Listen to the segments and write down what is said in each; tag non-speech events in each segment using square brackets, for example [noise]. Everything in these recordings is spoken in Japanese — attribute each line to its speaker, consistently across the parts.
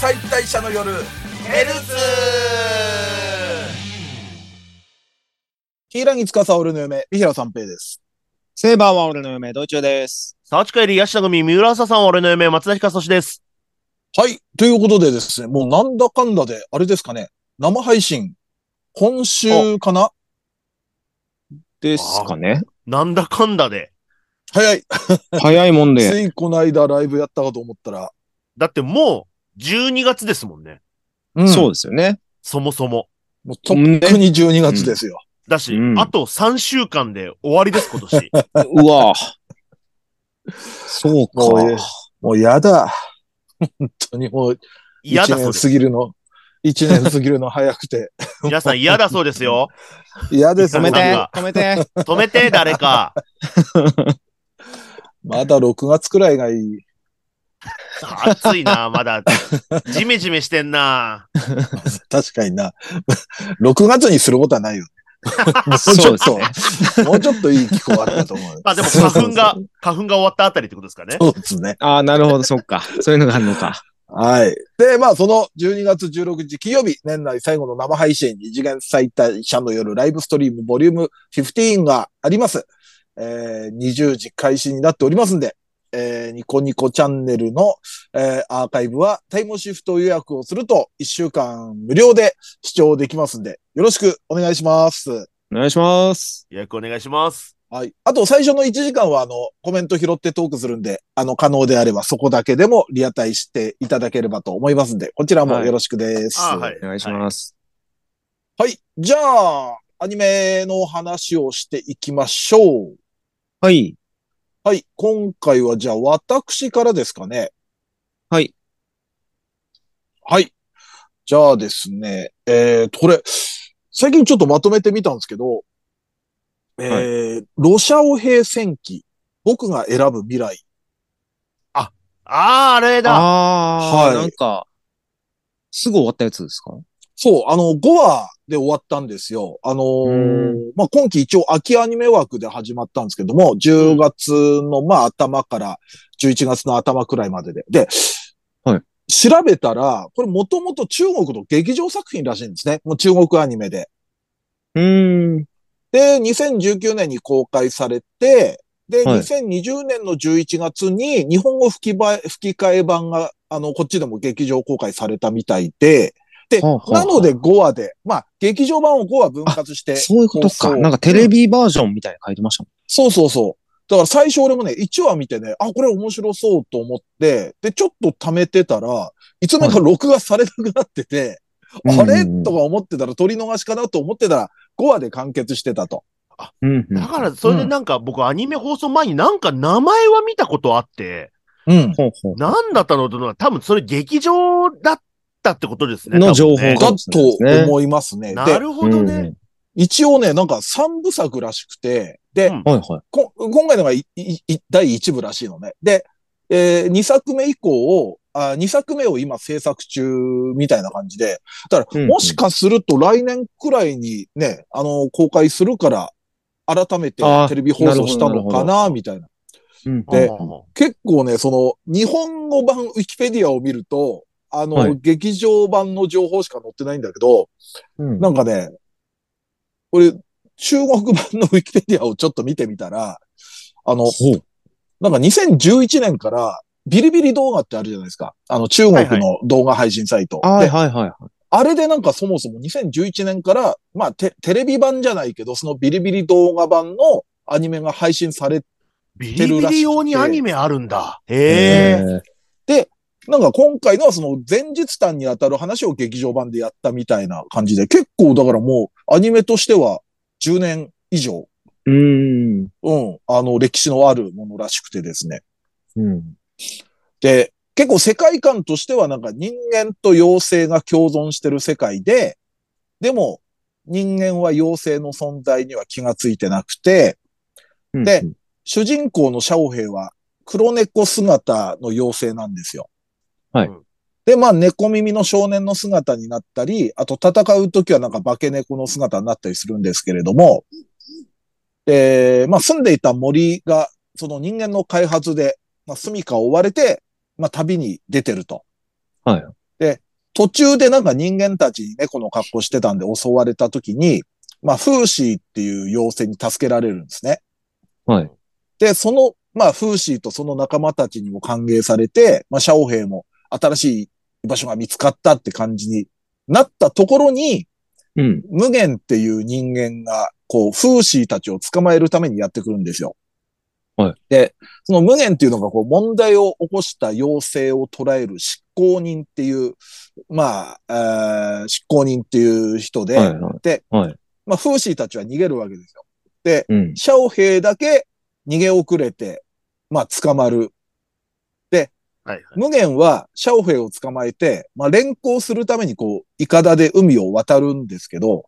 Speaker 1: 解体者の夜ヘルツ
Speaker 2: 柊司は俺の嫁、三平三平です。
Speaker 3: セイバーは俺の嫁、ドイチューです。
Speaker 4: サーチカエリ、ヤシナ組、三浦朝さん、俺の嫁、松田光俊です。
Speaker 2: はい。ということでですね、もうなんだかんだで、あれですかね、生配信、今週かな
Speaker 3: ですか [laughs] ね。
Speaker 4: なんだかんだで。
Speaker 2: 早い。
Speaker 3: 早いもん
Speaker 2: つ
Speaker 3: で。
Speaker 2: いこの間ライブやったかと思ったら。
Speaker 4: だってもう、12月ですもんね。
Speaker 2: うん
Speaker 3: そうですよね。
Speaker 4: そもそも。
Speaker 2: もうとっくに12月ですよ。
Speaker 4: だし、
Speaker 3: うん
Speaker 4: あと3週間で終わりです、今
Speaker 2: [laughs]
Speaker 4: 年。
Speaker 3: うわそう
Speaker 2: もうえもうやだ。本当にもう、
Speaker 4: 嫌
Speaker 2: 一
Speaker 4: だそうで
Speaker 2: 年過
Speaker 4: す。
Speaker 2: ぎるの、一年過ぎるの早く [laughs] て。
Speaker 4: 皆さん嫌だそうですよ。
Speaker 2: 嫌です
Speaker 3: 止め
Speaker 4: なん
Speaker 3: て
Speaker 4: か、
Speaker 3: 止め [laughs] て。
Speaker 4: 止めて、誰か。
Speaker 2: まだ6月くらいがいい。
Speaker 4: 暑いな、まだ。ジメジメしてんな。
Speaker 2: 確かにな。6月にすることはないよね。もうち
Speaker 3: そ
Speaker 2: ょ
Speaker 3: う
Speaker 2: っ
Speaker 3: です
Speaker 2: と、
Speaker 3: ね。
Speaker 2: もうちょっといい気候あったと思う。
Speaker 4: まあでも花粉が、花粉が終わったあたりってことですかね。
Speaker 2: そうですね。
Speaker 3: ああ、なるほど、そっか。そういうのがあるのか。
Speaker 2: はい。で、まあ、その12月16日金曜日、年内最後の生配信、二次元最大者の夜ライブストリームボリューム15があります。えー、20時開始になっておりますんで、えー、ニコニコチャンネルの、えー、アーカイブはタイムシフト予約をすると1週間無料で視聴できますんで、よろしくお願いします。
Speaker 3: お願いします。
Speaker 4: 予約お願いします。
Speaker 2: はい。あと、最初の1時間は、あの、コメント拾ってトークするんで、あの、可能であれば、そこだけでもリアタイしていただければと思いますんで、こちらもよろしくです。
Speaker 4: あ
Speaker 2: は。
Speaker 4: はいい。
Speaker 3: お願いし
Speaker 4: はい
Speaker 3: ます。
Speaker 2: じゃあ、アニメの話をしていきましょう。
Speaker 3: はい。
Speaker 2: はい。今回は、じゃあ、私からですかね。
Speaker 3: はい。
Speaker 2: はい。じゃあですね、えー、これ、最近ちょっとまとめてみたんですけど、えー、ロシャオ平戦記、僕が選ぶ未来。
Speaker 4: あー、あれだ。
Speaker 3: ああ、
Speaker 2: はい
Speaker 3: なんか、すぐ終わったやつですか
Speaker 2: そう、あの、5話で終わったんですよ。あのー
Speaker 3: う
Speaker 2: まあ、今期一応秋アニメ枠で始まったんですけども、10月の、まあ、頭から11月の頭くらいまでで。で、
Speaker 3: はい
Speaker 2: 調べたら、これもともと中国の劇場作品らしいんですね。もう中国アニメで。
Speaker 3: うーん。
Speaker 2: で、2019年に公開されて、で、
Speaker 3: はい
Speaker 2: 2020年の11月に日本語吹きば吹き替え版が、あの、こっちでも劇場公開されたみたいで、で、
Speaker 3: はあは
Speaker 2: な
Speaker 3: あ
Speaker 2: ので5話で、まあ、劇場版を5話分割して、
Speaker 3: そういうこと
Speaker 2: そうそう
Speaker 3: か。なんかテレビバージョンみたいに書いてましたもん。
Speaker 2: そうそうそう。だから最初俺もね、1話見てね、あ、これ面白そうと思って、で、ちょっと貯めてたら、いつの間にか録画されなくなってて、
Speaker 3: うん
Speaker 2: あれとか思ってたら取り逃しかなと思ってたら、5話で完結してたと。
Speaker 3: うんうん。
Speaker 4: だから、それでなんか、僕、アニメ放送前になんか名前は見たことあって、
Speaker 2: うん。
Speaker 3: ほうほう。
Speaker 4: なんだったのというのは、多分それ劇場だったってことですね。
Speaker 3: の
Speaker 4: 多分
Speaker 3: 情
Speaker 4: ね
Speaker 2: だと
Speaker 3: 報
Speaker 2: 思いますね。
Speaker 4: なるほど
Speaker 3: うんうん
Speaker 4: ね。
Speaker 2: 一応ね、なんか3部作らしくて、で、
Speaker 4: うん
Speaker 3: はいはい。
Speaker 2: こ今回のがいいい第1部らしいのね。で、え2作目以降を、あ2作目を今制作中みたいな感じで、だか
Speaker 3: うんう
Speaker 2: ら、
Speaker 3: ん
Speaker 2: もしかすると来年くらいにね、あの、公開するから、改めて
Speaker 3: あー
Speaker 2: テレビ放送したのか
Speaker 3: なるほどな
Speaker 2: な、みたいな。
Speaker 3: うん
Speaker 2: で
Speaker 4: あー
Speaker 2: 結構ね、その、日本語版ウィキペディアを見ると、あの、
Speaker 3: はい
Speaker 2: 劇場版の情報しか載ってないんだけど、
Speaker 3: うん
Speaker 2: なんかね、俺、中国版のウィキペディアをちょっと見てみたら、あの、
Speaker 3: ほう。
Speaker 2: なんか2011年から、ビリビリ動画ってあるじゃないですか。あの、中国
Speaker 4: はい
Speaker 2: の動画配信サイト。
Speaker 3: はい
Speaker 2: で
Speaker 3: はいはい。
Speaker 2: あれでなんかそもそも2011年から、まあテ、テレビ版じゃないけど、そのビリビリ動画版のアニメが配信され、
Speaker 4: ビリビリ用にアニメあるんだ。へえ。
Speaker 3: え。
Speaker 2: なんか今回のはその前日譚にあたる話を劇場版でやったみたいな感じで、結構だからもうアニメとしては10年以上、
Speaker 3: うーん。
Speaker 2: うん、あの、歴史のあるものらしくてですね。
Speaker 3: うん。
Speaker 2: で、結構世界観としてはなんか人間と妖精が共存してる世界で、でも人間は妖精の存在には気がついてなくて、で主人公のシャオヘイは黒猫姿の妖精なんですよ。
Speaker 3: はい
Speaker 2: で、まあ、猫耳の少年の姿になったり、あと戦うときはなんか化け猫の姿になったりするんですけれども、で、まあ、住んでいた森が、その人間の開発で、まあ、住処を追われて、まあ、旅に出てると。
Speaker 3: はい
Speaker 2: 途中でなんか人間たちに猫の格好してたんで襲われた時に、まあ、フーシーっていう妖精に助けられるんですね。
Speaker 3: はい。
Speaker 2: で、その、まあ、フーシーとその仲間たちにも歓迎されて、まあ、シャオヘイも新しい居場所が見つかったって感じになったところに、
Speaker 3: うん。
Speaker 2: 無限っていう人間が、こう、フーシーたちを捕まえるためにやってくるんですよ。
Speaker 3: はい。
Speaker 2: で、その無限っていうのが、こう、問題を起こした妖精を捕らえる執行人っていう、まあ、えー執行人っていう人で、
Speaker 3: はいはい。
Speaker 2: で
Speaker 3: はい。
Speaker 2: まあ、フーシーたちは逃げるわけですよ。で、
Speaker 3: うん。
Speaker 2: シャオヘイだけ逃げ遅れて、まあ、捕まる。
Speaker 4: はいはい。
Speaker 2: 無限はシャオヘイを捕まえて、まあ、連行するためにこう、イカダで海を渡るんですけど、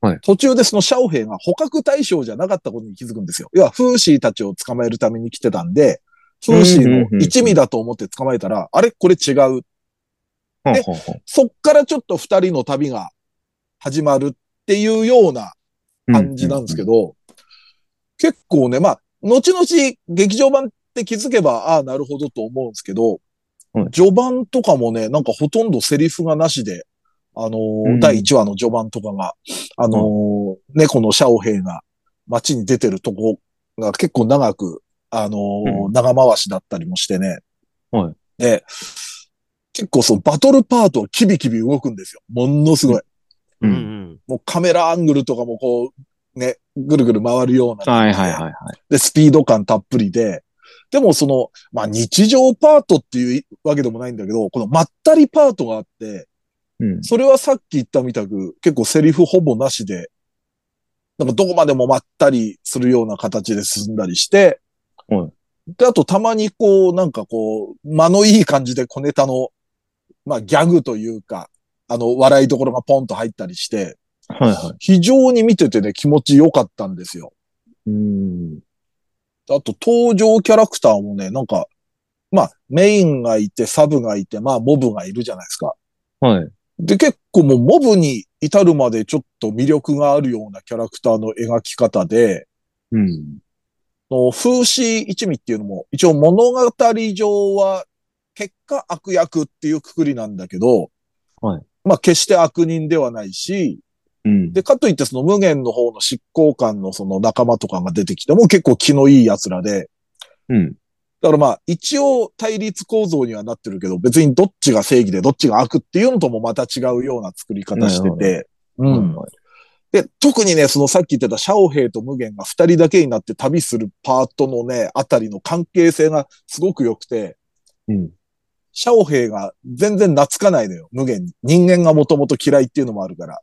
Speaker 3: はい
Speaker 2: 途中でそのシャオヘイが捕獲対象じゃなかったことに気づくんですよ。要は、フーシーたちを捕まえるために来てたんで、フーシ
Speaker 3: うんう
Speaker 2: ー
Speaker 3: んうんう
Speaker 2: の
Speaker 3: ん
Speaker 2: 一味だと思って捕まえたら、あれこれ違う。
Speaker 3: はあ
Speaker 2: で
Speaker 3: はあは
Speaker 2: そっからちょっと二人の旅が始まるっていうような
Speaker 3: あ
Speaker 2: 感じなんですけ。ど、結構ね、まあ、後々劇場版って気づけば、ああ、なるほどと思うんですけど、
Speaker 3: はい
Speaker 2: 序盤とかもね、なんかほとんどセリフがなしで、あのー
Speaker 3: うん
Speaker 2: 第1話の序盤とかが、あのー猫のシャオヘイが街に出てるとこが結構長く、あのー
Speaker 3: う
Speaker 2: 長回しだったりもしてね。
Speaker 3: はい
Speaker 2: で、結構そのバトルパートはキビキビ動くんですよ。ものすごい。
Speaker 3: う
Speaker 4: うんん
Speaker 3: う。
Speaker 4: うんん。
Speaker 2: もうカメラアングルとかもこう、ね、ぐるぐる回るような。
Speaker 3: はいはいはいはい。
Speaker 2: で、スピード感たっぷりで、でもその、まあ日常パートっていうわけでもないんだけど、このまったりパートがあって、
Speaker 3: うん。
Speaker 2: それはさっき言ったみたく、結構セリフほぼなしで、なんかどこまでもまったりするような形で進んだりして、
Speaker 3: は
Speaker 2: で、あとたまにこう、なんかこう、間のいい感じで小ネタの、まあギャグというか、あの、笑いどころがポンと入ったりして、
Speaker 3: はいは
Speaker 2: 非常に見ててね、気持ち良かったんですよ。
Speaker 3: い。うん。
Speaker 2: あと登場キャラクターもね、なんか、まあメインがいて、サブがいて、まあモブがいるじゃないですか。
Speaker 3: はい。
Speaker 2: で、結構もうモブに至るまでちょっと魅力があるようなキャラクターの描き方で、
Speaker 3: うん。
Speaker 2: の風刺一味っていうのも、一応物語上は結果悪役っていうくくりなんだけど、
Speaker 3: はい
Speaker 2: まあ決して悪人ではないし、
Speaker 3: うん。
Speaker 2: で、かといってその無限の方の執行官のその仲間とかが出てきても結構気のいい奴らで、
Speaker 3: うん。
Speaker 2: だからまあ、一応対立構造にはなってるけど、別にどっちが正義でどっちが悪っていうのともまた違うような作り方してて、う。
Speaker 3: うん
Speaker 2: で、特にね、そのさっき言ってたシャオヘイと無限が二人だけになって旅するパートのね、あたりの関係性がすごく良くて、
Speaker 3: うん。
Speaker 2: シャオヘイが全然懐かないのよ、無限に。人間がもともと嫌いっていうのもあるから。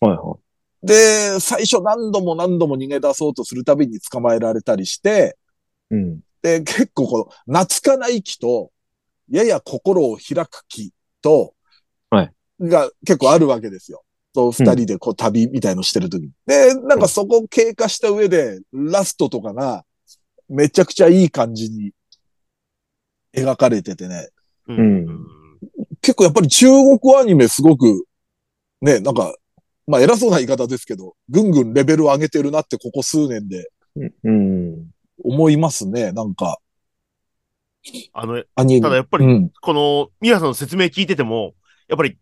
Speaker 3: はいは
Speaker 2: で、最初何度も何度も逃げ出そうとするたびに捕まえられたりして、
Speaker 3: い。うん。
Speaker 2: で、結構この、懐かない気と、やや心を開く気と、
Speaker 3: はい
Speaker 2: が結構あるわけですよ。そう、二人でこう旅みたいのしてるときに。で、なんかそこを経過した上で、ラストとかが、めちゃくちゃいい感じに描かれててね。
Speaker 4: うんん。
Speaker 2: 結構やっぱり中国アニメすごく、ね、なんか、まあ偉そうな言い方ですけど、ぐんぐんレベルを上げてるなってここ数年で
Speaker 3: うん。
Speaker 2: 思いますね。なんか、
Speaker 4: あの、
Speaker 2: アニメ。
Speaker 4: ただやっぱり
Speaker 2: うん
Speaker 4: この、ミラさんの説明聞いてても、やっぱり、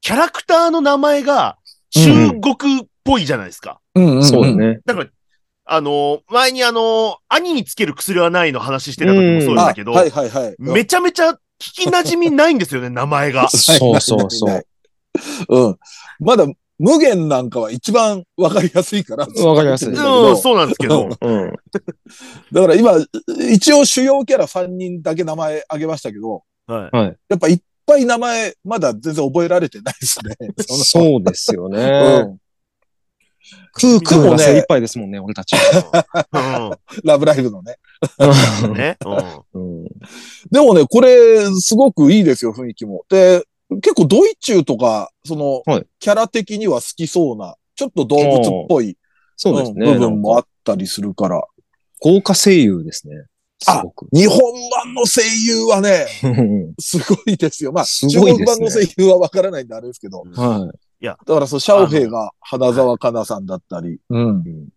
Speaker 4: キャラクターの名前が中国っぽいじゃないですか。
Speaker 2: うんうんん
Speaker 3: そうだね。
Speaker 4: だから、あの、前にあの、兄につける薬はないの話してた時もそうだけど、
Speaker 2: あはいはいはい。
Speaker 4: めちゃめちゃ聞き馴染みないんですよね、名前
Speaker 3: [laughs]
Speaker 4: が。
Speaker 3: そうそうそう。
Speaker 2: [laughs] うん。うん。まだ、無限なんかは一番わかりやすいから。
Speaker 3: [laughs] わかりやす
Speaker 2: だ
Speaker 3: い
Speaker 2: けど
Speaker 4: うん、そうなんですけど。
Speaker 3: うん。
Speaker 2: だから今、一応主要キャラ3人だけ名前挙げましたけど、
Speaker 4: はい。
Speaker 3: はい。
Speaker 2: やっぱいっぱい名前、まだ全然覚えられてないですね。 [laughs] う。
Speaker 3: そうですよ
Speaker 2: う
Speaker 3: ね。
Speaker 2: ん。空
Speaker 3: 空
Speaker 2: 空
Speaker 3: も
Speaker 2: も
Speaker 3: ね。精
Speaker 2: ね
Speaker 3: 一、杯ですもんね、俺たち。
Speaker 2: ラブライブのね。
Speaker 4: うん。ね。うん。
Speaker 3: うん。
Speaker 2: でもね、これ、すごくいいですよ、雰囲気も。で、結構ドイチューとか、その、
Speaker 3: はい
Speaker 2: キャラ的には好きそうな、ちょっと動物っぽい、
Speaker 3: そうですね。
Speaker 2: うん部分もあ
Speaker 3: なんか
Speaker 2: ったりするから。
Speaker 3: 豪華声優ですね。すごく。
Speaker 2: 日本版の声優はね、
Speaker 3: うん
Speaker 2: すごいですよ。まあ、
Speaker 3: すごい
Speaker 2: 中国
Speaker 3: ですね
Speaker 2: 版の声優はわからないんであれですけど。
Speaker 3: [laughs] は
Speaker 2: だから、そう、シャオヘイが花澤香菜さんだったり。うん
Speaker 3: い。。うん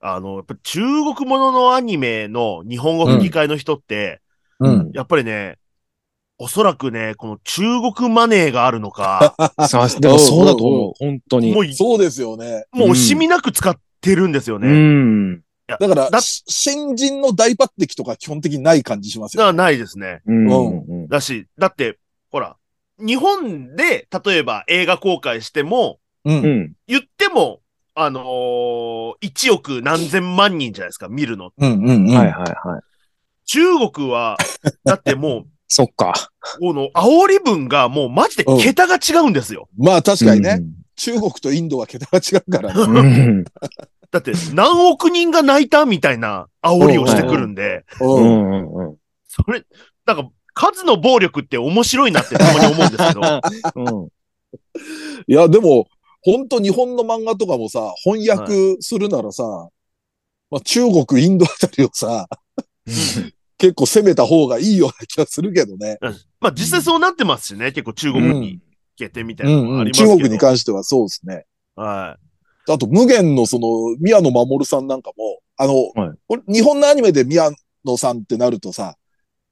Speaker 4: あの、やっぱ中国もののアニメの日本語吹き替えの人って、
Speaker 2: うん。
Speaker 4: やっぱりね、おそらくね、この中国マネーがあるのか、
Speaker 3: さでもそうだと思う。本当に。
Speaker 4: もうい、
Speaker 2: そうですよね。
Speaker 4: もう惜しみなく使ってるんですよ
Speaker 3: う
Speaker 4: ね。
Speaker 3: ん。
Speaker 2: だから、
Speaker 4: だ
Speaker 2: し新人の大抜擢とか基本的にない感じします
Speaker 4: だ
Speaker 2: よ
Speaker 4: から
Speaker 2: ね。
Speaker 4: ないですね。
Speaker 3: うん
Speaker 2: うん
Speaker 3: うん
Speaker 4: だし、だって、ほら、日本で、例えば映画公開しても、
Speaker 2: う。
Speaker 3: うんん。
Speaker 4: 言っても、あのー、1億何千万人じゃないですか、見るの。
Speaker 2: うんうんうん。
Speaker 3: はいはいはい。
Speaker 4: 中国は、だっても
Speaker 3: そっか。
Speaker 4: う、この、煽り分がもうマジで桁が違うんですよ。
Speaker 2: まあ確かにね、中国とインドは桁が違うからね、
Speaker 3: うん。うん。
Speaker 4: だって、何億人が泣いたみたいな煽りをしてくるんで、
Speaker 3: う
Speaker 2: うん
Speaker 3: んうんうん。
Speaker 4: それ、なんか、数の暴力って面白いなってたまに思うんです
Speaker 3: [laughs]
Speaker 4: けど、
Speaker 3: うん
Speaker 2: いや、でも、本当日本の漫画とかもさ、翻訳するならさ、まあ中国、インドあたりをさ、 [laughs] 結構攻めた方がいいような気がするけどね。
Speaker 4: まあ実際そうなってますしね、結構中国に行けてみたいなのもありますけ
Speaker 2: 中
Speaker 4: ど。
Speaker 2: 国に関してはそうですね。
Speaker 4: は
Speaker 2: あと、無限のその、宮野守さんなんかも、あの、
Speaker 3: はい
Speaker 2: これ日本のアニメで宮野さんってなるとさ、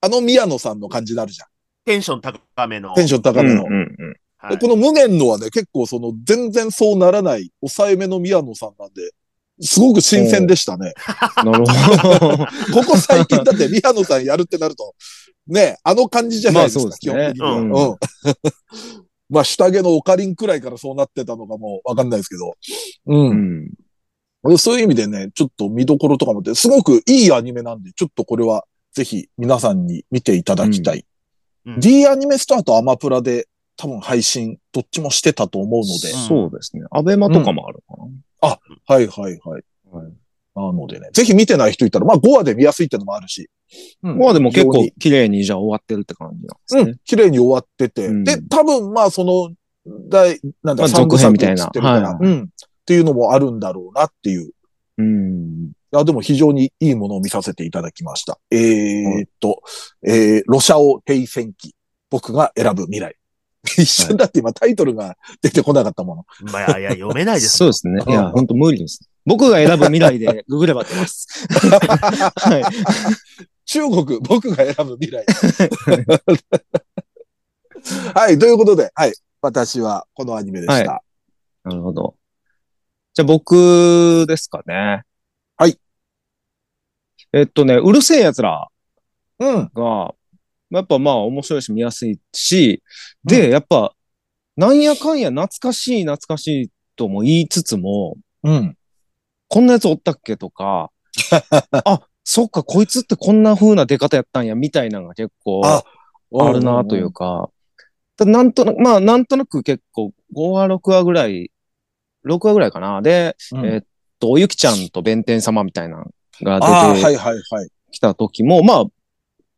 Speaker 2: あの宮野さんの感じになるじゃ
Speaker 4: い。テンション高めの。
Speaker 2: ん。テンション
Speaker 3: う
Speaker 2: 高めの。
Speaker 3: んうん
Speaker 4: はい
Speaker 2: でこの無限のはね、結構その、全然そうならない、抑えめの宮野さんなんで、すごく新鮮でしたね。
Speaker 3: なるほど。 [laughs]
Speaker 2: ここ最近だって宮野さんやるってなると、ね、あの感じじゃないですか、
Speaker 3: まあそう
Speaker 2: 基
Speaker 3: です
Speaker 2: 本
Speaker 3: ね
Speaker 2: 的には。
Speaker 4: うん
Speaker 2: うん。 [laughs] まあ、下着のオカリンくらいからそうなってたのかもわかんないですけど。うん
Speaker 3: う。ん。
Speaker 2: そういう意味でね、ちょっと見どころとかもって、すごくいいアニメなんで、ちょっとこれはぜひ皆さんに見ていただきたい。
Speaker 4: うん
Speaker 2: D アニメスターとアマプラで多分配信どっちもしてたと思うので、
Speaker 3: そうですね。アベマとかもあるか
Speaker 2: はいはいはい。
Speaker 3: な。はい
Speaker 2: なのでね、ぜひ見てない人いたら、まあ5話で見やすいってのもあるし、う
Speaker 3: まあでも結
Speaker 2: 非常
Speaker 3: 構
Speaker 2: に
Speaker 3: 綺麗にじゃあ終わってるって感じなん
Speaker 2: う
Speaker 3: ですね
Speaker 2: ん、。綺麗に終わってて、
Speaker 3: うん
Speaker 2: で、多分まあその、第、なん
Speaker 3: ま
Speaker 2: だ、
Speaker 3: あ
Speaker 2: 三部
Speaker 3: 続
Speaker 2: 作
Speaker 3: 編みたいな
Speaker 2: っつってるから
Speaker 3: はい
Speaker 2: うん、っていうのもあるんだろうなっていう
Speaker 3: うん。
Speaker 2: いや、でも非常にいいものを見させていただきました。えー、っと、えー、ロシャオ平戦記、僕が選ぶ未来。一瞬だって今タイトルが出てこなかったも
Speaker 3: [laughs]
Speaker 2: の。
Speaker 4: まあ、いや、読めないです。
Speaker 3: そうですね。い
Speaker 2: うん
Speaker 3: や、本当無理です。僕が選ぶ未来でググれば出ます。はい。
Speaker 2: 中国、僕が選ぶ未来。はい、ということで、はい、私はこのアニメでした。
Speaker 3: なるほど。じゃあ僕ですかね。
Speaker 2: はい。
Speaker 3: えっとね、うるせえ奴ら
Speaker 2: うん、
Speaker 3: が、やっぱまあ面白いし見やすいし、で、やっぱ、なんやかんや懐かしい懐かしいとも言いつつも、
Speaker 2: うん、
Speaker 3: こんなやつおったっけと
Speaker 2: [laughs]
Speaker 3: か、あ、そっか、こいつってこんな風な出方やったんや、みたいなのが結構
Speaker 2: あ
Speaker 3: あるなというか、ただなんとなく、まあ、なんとなく結構5話、6話ぐらい、6話ぐらいかな。で、
Speaker 2: うん。
Speaker 3: えーっと、おゆきちゃんと弁天様みたいなの
Speaker 2: あ
Speaker 3: が
Speaker 2: あ、は
Speaker 3: 出て
Speaker 2: いはいはい。
Speaker 3: きた時も、まあ、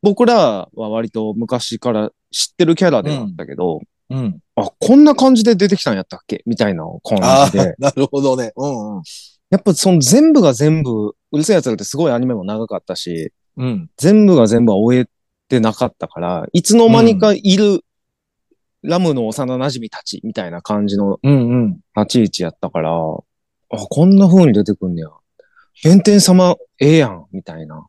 Speaker 3: 僕らは割と昔から知ってるキャラではあったけど、
Speaker 2: うん。
Speaker 3: あ、こんな感じで出てきたんやったっけみたいな感
Speaker 2: あ
Speaker 3: じで
Speaker 2: あ。、なるほどね。うん、うん。
Speaker 3: [laughs] やっぱその全部が全部、うるせえやつらってすごいアニメも長かったし、
Speaker 2: うん。
Speaker 3: 全部が全部は終えてなかったから、いつの間にかいるラムの幼馴染たちみたいな感じの
Speaker 2: うん、うん。
Speaker 3: 立ち位置やったから、あ、こんな風に出てくんねや。弁天様ええやん、みたいな。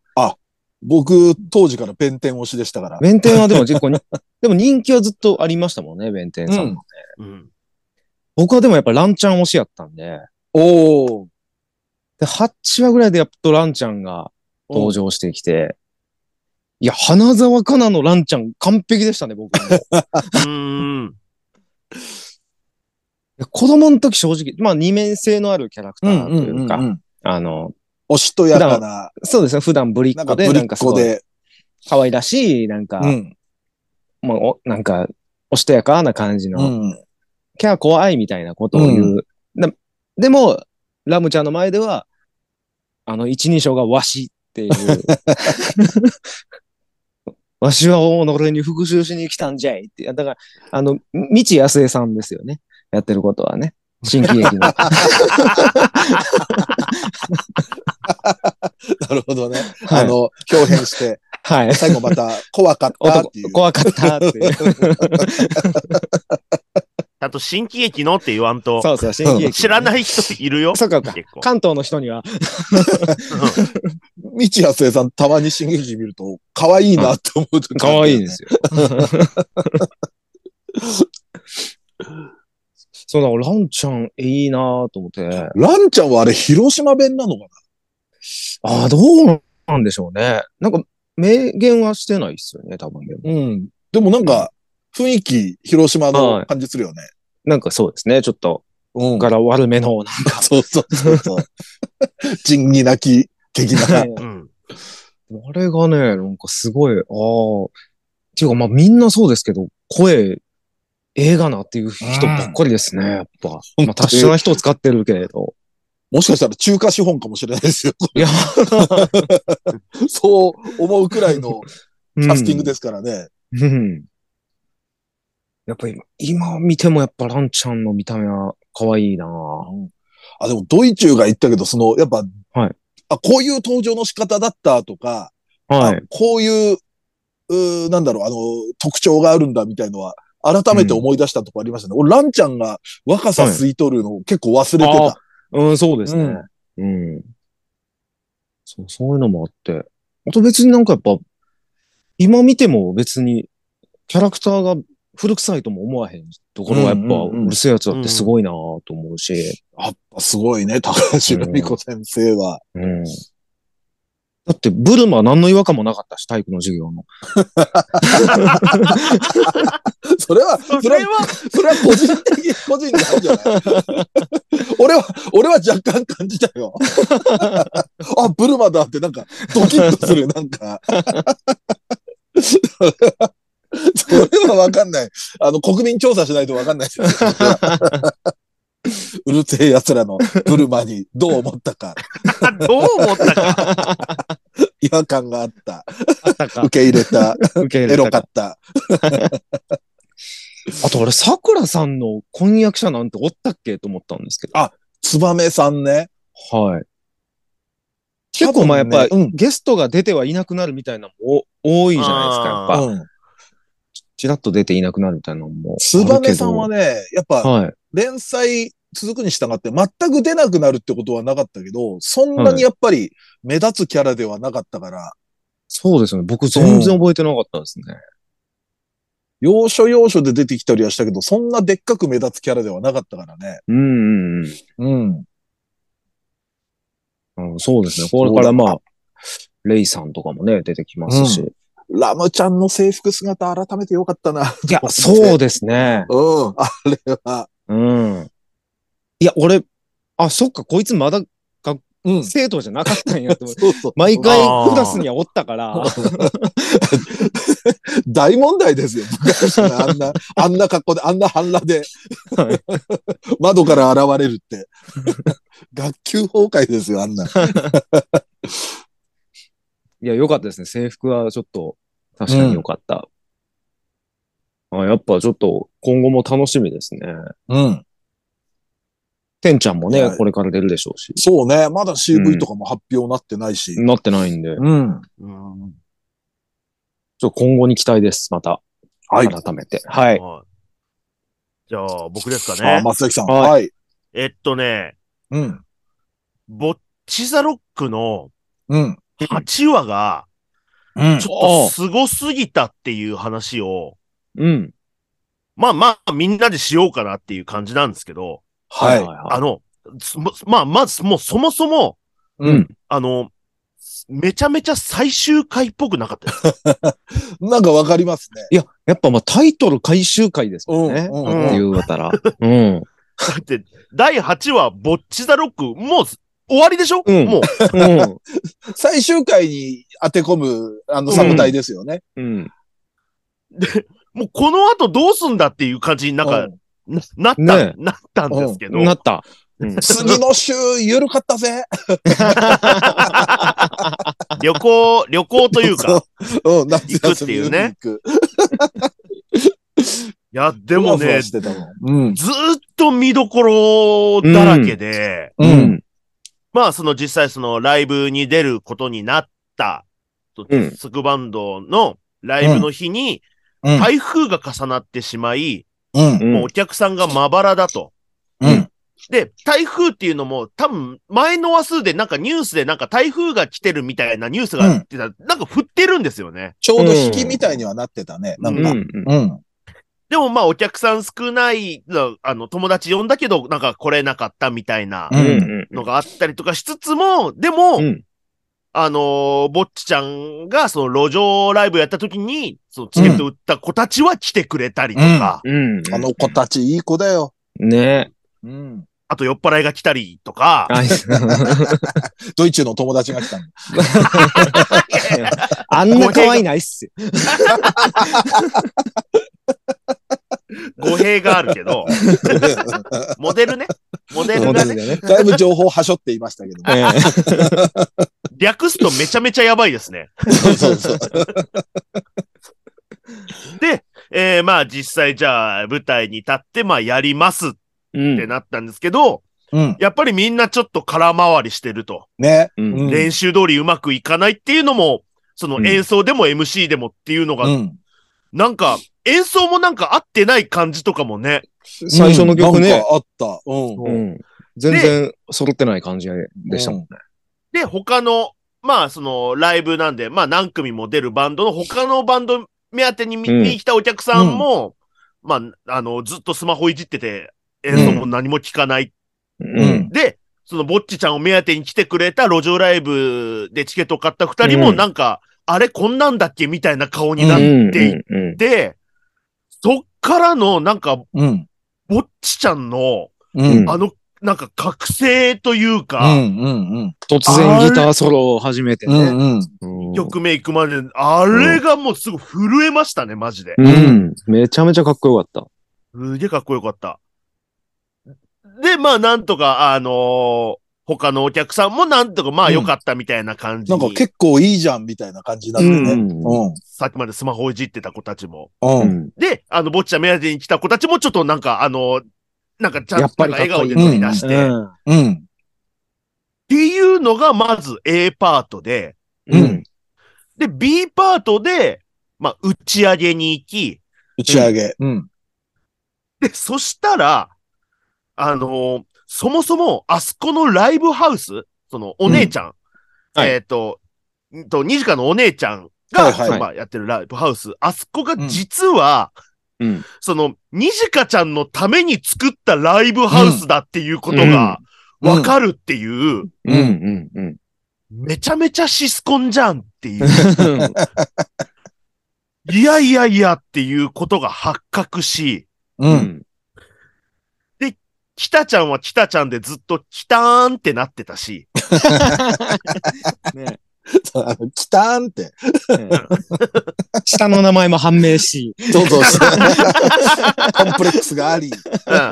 Speaker 2: 僕、当時から弁天推しでしたから。
Speaker 3: 弁天はでも結構に、 [laughs] でも人気はずっとありましたもんね、弁天様。
Speaker 2: うん
Speaker 4: うん。
Speaker 3: 僕はでもやっぱランちゃん推しやったんで、
Speaker 2: おー。
Speaker 3: で、8話ぐらいでやっとランちゃんが登場してきて、いや、花沢香菜のランちゃん完璧でしたね、僕も。
Speaker 2: [laughs]
Speaker 3: いう
Speaker 4: ーん。
Speaker 3: や子供の時正直、まあ二面性のあるキャラクタ
Speaker 2: うん、う
Speaker 3: ーと
Speaker 2: ん
Speaker 3: いう
Speaker 2: うんう
Speaker 3: か、
Speaker 2: ん。
Speaker 3: あの、
Speaker 2: おしとやかな、
Speaker 3: そうですね、普段ぶりっ
Speaker 2: なん
Speaker 3: 子
Speaker 2: かぶ
Speaker 3: で、
Speaker 2: り
Speaker 3: な
Speaker 2: っ
Speaker 3: んかす
Speaker 2: 子
Speaker 3: ごい
Speaker 2: で、
Speaker 3: 可愛らしい、なんか、
Speaker 2: うん。
Speaker 3: まあ、おなんか、おしとやかな感じ
Speaker 2: う
Speaker 3: の、
Speaker 2: ん。
Speaker 3: キャー怖いみたいなことを言う。なでも、ラムちゃんの前では、あの、一人称がわしって
Speaker 2: [laughs]
Speaker 3: いう。わしは己に復讐しに来たんじゃいって。だから、あの、未知安江さんですよね。やってることはね。新喜
Speaker 2: [laughs]
Speaker 3: 劇の。
Speaker 2: なるほどね。あの、表変して、 [laughs]
Speaker 3: はい。
Speaker 2: 最後また怖かったっていう [laughs]
Speaker 3: 男。怖かったっていう。
Speaker 4: ゃんと新喜劇のって言わんと、
Speaker 3: そうそう、新喜劇。
Speaker 4: 知らない人いるよ。
Speaker 3: そうか、
Speaker 4: 結構
Speaker 3: 関東の人には、
Speaker 4: うん
Speaker 2: 未知やすえさん、たまに進撃見ると、可愛いなって思う時
Speaker 3: 可愛いですよ。 [laughs] そうだ、ランちゃんいいなぁと思って。
Speaker 2: ランちゃんはあれ、広島弁なのか
Speaker 3: ああ、どうなんでしょうね。なんか、明言はしてないっすよね、多分でも。
Speaker 2: なうん。でもなんか、雰囲気、広島の感じするよね。
Speaker 3: なんかそうですね、ちょっと、
Speaker 2: うん。
Speaker 3: 柄悪めの、な
Speaker 2: そうそうそうそう。仁義なき的な。
Speaker 3: んか、
Speaker 4: うん。
Speaker 3: あれがね、なんかすごい、ああ、っていうかまあみんなそうですけど、声、映画なっていう人ばっかりですね、やっぱ。
Speaker 2: うん
Speaker 3: まあ達者な人を使ってるけれど。
Speaker 2: もしかしたら中華資本かもしれないですよ。 [laughs]
Speaker 3: いや、。
Speaker 2: そう思うくらいのキャスティングですすからね。
Speaker 3: うん。やっぱ今、今見てもやっぱランちゃんの見た目は可愛いなぁ
Speaker 2: あ、でもドイチューが言ったけど、その、やっぱ、
Speaker 3: はい
Speaker 2: あ、こういう登場の仕方だったとか、
Speaker 3: はい
Speaker 2: あ。こういう、うーなんだろう、あの、特徴があるんだみたいのは、改めて思い出したとこありましたね。俺、ランちゃんが若さ吸い取るのを結構忘れてた。
Speaker 3: あうん、そうですね。うん。そう、そういうのもあって。あと別になんかやっぱ、今見ても別に、キャラクターが古臭いとも思わへんところはやっ
Speaker 2: う
Speaker 3: ぱ、うん
Speaker 2: うんうん
Speaker 3: るせえやつだってすごいなと思うし、
Speaker 2: やっぱすごいね、高橋留美子先生は。
Speaker 3: うん。だって、ブルマ何の違和感もなかったし、体育の授業 [laughs] の。
Speaker 2: それは、
Speaker 4: そ
Speaker 2: それ
Speaker 4: れ
Speaker 2: は、
Speaker 4: は、
Speaker 2: それは個人的、 [laughs] 個人なんじゃない [laughs] 俺は、俺は若干感じたよ。 [laughs] あ、ブルマだってなんか、ドキッと
Speaker 3: [laughs]
Speaker 2: する、なんか。それはそれはわかんない。あの、国民調査しないとわかんない [laughs] ですよ。うるせえ奴らのブルマにどう思ったか、
Speaker 4: どう
Speaker 3: [laughs]
Speaker 4: 思ったか。
Speaker 2: 違和感があった、
Speaker 3: あったか
Speaker 2: 受。け入れた、
Speaker 3: 受け入
Speaker 2: エ
Speaker 3: れ
Speaker 2: ロ
Speaker 3: た
Speaker 2: か
Speaker 3: か。
Speaker 2: った。
Speaker 3: あと、あれ、桜さんの婚約者なんておったっけと思ったんですけど。
Speaker 2: ツバメさんね。
Speaker 3: はい。結構まあやっぱ、
Speaker 2: 多分ね
Speaker 3: ゲストが出てはいなくなるみたいなのもお多いじゃないですか。や
Speaker 2: う
Speaker 3: っぱ、
Speaker 2: ん。うん。
Speaker 3: ちらっと出ていなくなるみたいなのも。
Speaker 2: ツバメさんは
Speaker 3: ね。
Speaker 2: ね、やっぱ、
Speaker 3: はい。
Speaker 2: 連載続くに従って全く出なくなるってことはなかったけど、そんなにやっぱり目立つキャラではなかったから、
Speaker 3: そうですよね。僕全然覚えてなかったですね。
Speaker 2: 要所要所で出てきたりはしたけど、そんなでっかく目立つキャラではなかったからね。
Speaker 3: うんう
Speaker 2: う
Speaker 3: ん
Speaker 2: ん。
Speaker 3: うんうん。そうですね。これからまあ、レイさんとかもね、出てきますし。
Speaker 2: う
Speaker 3: い
Speaker 2: ラムちゃんの制服姿改めてよかった [laughs] な。
Speaker 3: や、そうですね。
Speaker 2: うん。あれは。
Speaker 3: うん。いや、俺、あ、そっか、こいつまだ
Speaker 2: うん。
Speaker 3: 生徒じゃなかったんやと思って。
Speaker 2: そうそう。
Speaker 3: 毎回クラスにはおったから。
Speaker 2: 大問題ですよ。昔のあん [laughs] な、あんな格好で、あんな半裸で
Speaker 3: は、
Speaker 2: [laughs] 窓から現れる [laughs] って。学級崩壊ですよ、あんな。
Speaker 3: [laughs] いや、良かったですね。制服はちょっと、確かに良かった。あやっぱちょっと、今後も楽しみですね。
Speaker 2: うん。
Speaker 3: てんちゃんも
Speaker 2: は
Speaker 3: ね
Speaker 2: い、
Speaker 3: これから出るでしょうし。
Speaker 2: そうね。まだ
Speaker 3: う
Speaker 2: CV
Speaker 3: ん
Speaker 2: とかも発表なってないし。
Speaker 3: なってないんで、ちょっ
Speaker 2: うん。
Speaker 4: うん
Speaker 3: と今後に期待です。また、
Speaker 2: はい。
Speaker 3: 改めて。はい。
Speaker 4: はいじゃあ、僕ですか
Speaker 2: あ
Speaker 4: ね
Speaker 2: あ、。松崎さん。
Speaker 3: はい
Speaker 2: はい。
Speaker 4: えっとね、
Speaker 2: うん。
Speaker 4: ボッチザロックの
Speaker 2: うん。
Speaker 4: 8話が、
Speaker 2: うん
Speaker 4: ち。ょっと凄すぎたっていう話を、
Speaker 3: うん。
Speaker 4: まあまあ、みんなでしようかなっていう感じなんですけど、
Speaker 2: はい。
Speaker 4: あ
Speaker 3: は
Speaker 4: の、すもまあ、まず、もうそもそも、
Speaker 2: う
Speaker 3: うんん。
Speaker 4: あの、めちゃめちゃ最終回っぽくなかった
Speaker 2: [laughs]
Speaker 4: です。
Speaker 2: なんかわかりますね。
Speaker 3: い。いや、やっぱまあタイトル回収回ですもんね。
Speaker 2: うん
Speaker 4: うん
Speaker 3: って言うたら。うん。
Speaker 4: だって、第8話、ボッチザロック、もう終わりでしょ、
Speaker 3: うん
Speaker 4: もう、
Speaker 3: うん。
Speaker 2: 最終回に当て込む、あの、サムタイですよね。
Speaker 3: うん。
Speaker 4: もうこの後どうすんだっていう感じになんか、
Speaker 2: うん
Speaker 4: ななった、
Speaker 3: ね
Speaker 4: なったんですけど、
Speaker 3: なった。うん
Speaker 2: 次の週、緩かったぜ。
Speaker 4: 旅行、旅行というか。
Speaker 2: [laughs] うん、夏休み
Speaker 4: 行くっていうね。
Speaker 2: 行く
Speaker 4: いや、でも
Speaker 2: ふわふ
Speaker 4: ね
Speaker 2: わ、してたもん。うん。
Speaker 4: ずーっと見どころだらけで、
Speaker 2: う。
Speaker 3: うんん。
Speaker 4: まあその実際そのライブに出ることになった、と
Speaker 3: うん
Speaker 4: ツクバンドのライブの日に
Speaker 2: うん
Speaker 4: 台風が重なってしまい、
Speaker 2: うん。
Speaker 3: うん
Speaker 4: もうお客さんがまばらだと。
Speaker 2: うん。
Speaker 4: で、台風っていうのも、多分、前の話数で、なんかニュースで、なんか台風が来てるみたいなニュースがあってた、なんか振ってるんですよね。
Speaker 2: ちょうど引きみたいにはなってたね。なん
Speaker 3: う
Speaker 2: か。
Speaker 3: んうん
Speaker 2: うん。
Speaker 4: でもまあ、お客さん少ない、あの、友達呼んだけど、なんか来れなかったみたいな
Speaker 2: う
Speaker 3: うん
Speaker 2: ん。
Speaker 3: うん
Speaker 4: のがあったりとかしつつも、でも、
Speaker 3: うん
Speaker 4: あのーぼっちちゃんが、その路上ライブやった時に、そのチケット売った子たちは来てくれたりとか、
Speaker 3: うん
Speaker 2: あの子たちいい子だよ。
Speaker 3: ね
Speaker 2: うん。
Speaker 4: あと酔っ払いが来たりとか、
Speaker 3: あい
Speaker 2: ドイツの友達が来たの。
Speaker 3: あんな可愛いないっすよ。
Speaker 4: 語弊があるけど、モデルね。モデルがね、
Speaker 3: ね。
Speaker 2: だいぶ情報はしょっていましたけども。
Speaker 3: え
Speaker 4: 略すとめちゃめちゃやばいですね。
Speaker 2: そうそうそう。
Speaker 4: で、えーまあ実際じゃあ舞台に立って、まあやりますっ
Speaker 3: えうん
Speaker 4: てなったんですけど、
Speaker 2: [laughs] うん。
Speaker 4: やっぱりみんなちょっと空回りしてると。
Speaker 2: ね。
Speaker 3: う
Speaker 2: うんん。
Speaker 4: 練習通りうまくいかないっていうのも、その演奏でも MC でもっていうのが、
Speaker 2: うん
Speaker 4: なんか、演奏もなんか合ってない感じとかもね。
Speaker 3: 最初の曲
Speaker 2: なん
Speaker 3: ね
Speaker 2: か。あった。うん。
Speaker 3: うん全然揃ってない感じでしたもんね。
Speaker 4: で、他の、まあそのライブなんで、まあ何組も出るバンドの他のバンド目当てに見
Speaker 3: うん
Speaker 4: に来たお客さんも、まあ、あの、ずっとスマホいじってて、演奏も何も聞かない。
Speaker 2: う。
Speaker 3: うん
Speaker 4: で、そのぼっちちゃんを目当てに来てくれた路上ライブでチケットを買った二人も
Speaker 3: うん
Speaker 4: なんか、あれこんなんだっけみたいな顔になっ
Speaker 3: うん
Speaker 4: ていて、そっからのなんか、
Speaker 2: うん。
Speaker 4: ぼっちちゃんの、
Speaker 2: うん。
Speaker 4: あの、なんか覚醒という
Speaker 2: う
Speaker 4: か、
Speaker 2: ん。うん。
Speaker 3: 突然ギターソロを始めて
Speaker 2: う
Speaker 3: ね。
Speaker 2: ん。うん。
Speaker 3: うん
Speaker 4: 曲名行くまで、あれがもうすごい震えましたね、マジで。
Speaker 3: うん。めちゃめちゃかっこよかっ。
Speaker 4: すげえかっこよかった。で、まあ、なんとか、あのー他のお客さんもなんとか、まあ、良かったみたいな感じ
Speaker 2: な
Speaker 4: に、
Speaker 2: んか結構いいじゃんみたいな感じになったて
Speaker 3: う
Speaker 2: ね。
Speaker 3: ん
Speaker 2: うん。
Speaker 4: さっきまでスマホいじってた子たちも。
Speaker 2: う。
Speaker 3: うんん
Speaker 4: で、あの、ぼっちゃん目当てに来た子たちもちょっとなんか、あの、なんかちゃ
Speaker 3: や
Speaker 4: ん
Speaker 3: っ
Speaker 4: と
Speaker 3: ぱ
Speaker 4: なん
Speaker 3: り
Speaker 4: か
Speaker 3: かっこいい
Speaker 4: 笑顔で飛び出して、っ
Speaker 3: うん
Speaker 2: うん。
Speaker 4: ていうのがまず A パートで、
Speaker 3: うん。
Speaker 4: で、B パートで、まあ、打ち上げに行き、
Speaker 2: 打ち上げ。うん。
Speaker 4: で、そしたら、あのそもそも、あそこのライブハウス、その、お姉ちゃん、
Speaker 3: はい
Speaker 4: えっ、と、んと、ニジカのお姉ちゃんが、
Speaker 2: はいはい
Speaker 4: そうまあ、やってるライブハウス、あそこが実は、
Speaker 3: うん
Speaker 4: その、にじかちゃんのために作ったライブハウスだっていうことが、
Speaker 2: うん
Speaker 4: わかるっていう、
Speaker 3: うん。うんうん。
Speaker 4: めちゃめちゃシスコンじゃんっ
Speaker 2: [laughs]
Speaker 4: ていう、いやいやいやっていうことが発覚し、
Speaker 2: う。
Speaker 3: うんん。
Speaker 4: きたちゃんはきたちゃんでずっときたーんってなってたし、
Speaker 3: ね
Speaker 2: あの、きたんって。
Speaker 3: 下の名前も判明し。
Speaker 2: そうそうそう。 [laughs] コンプレックスがあり。
Speaker 4: うん、
Speaker 2: なん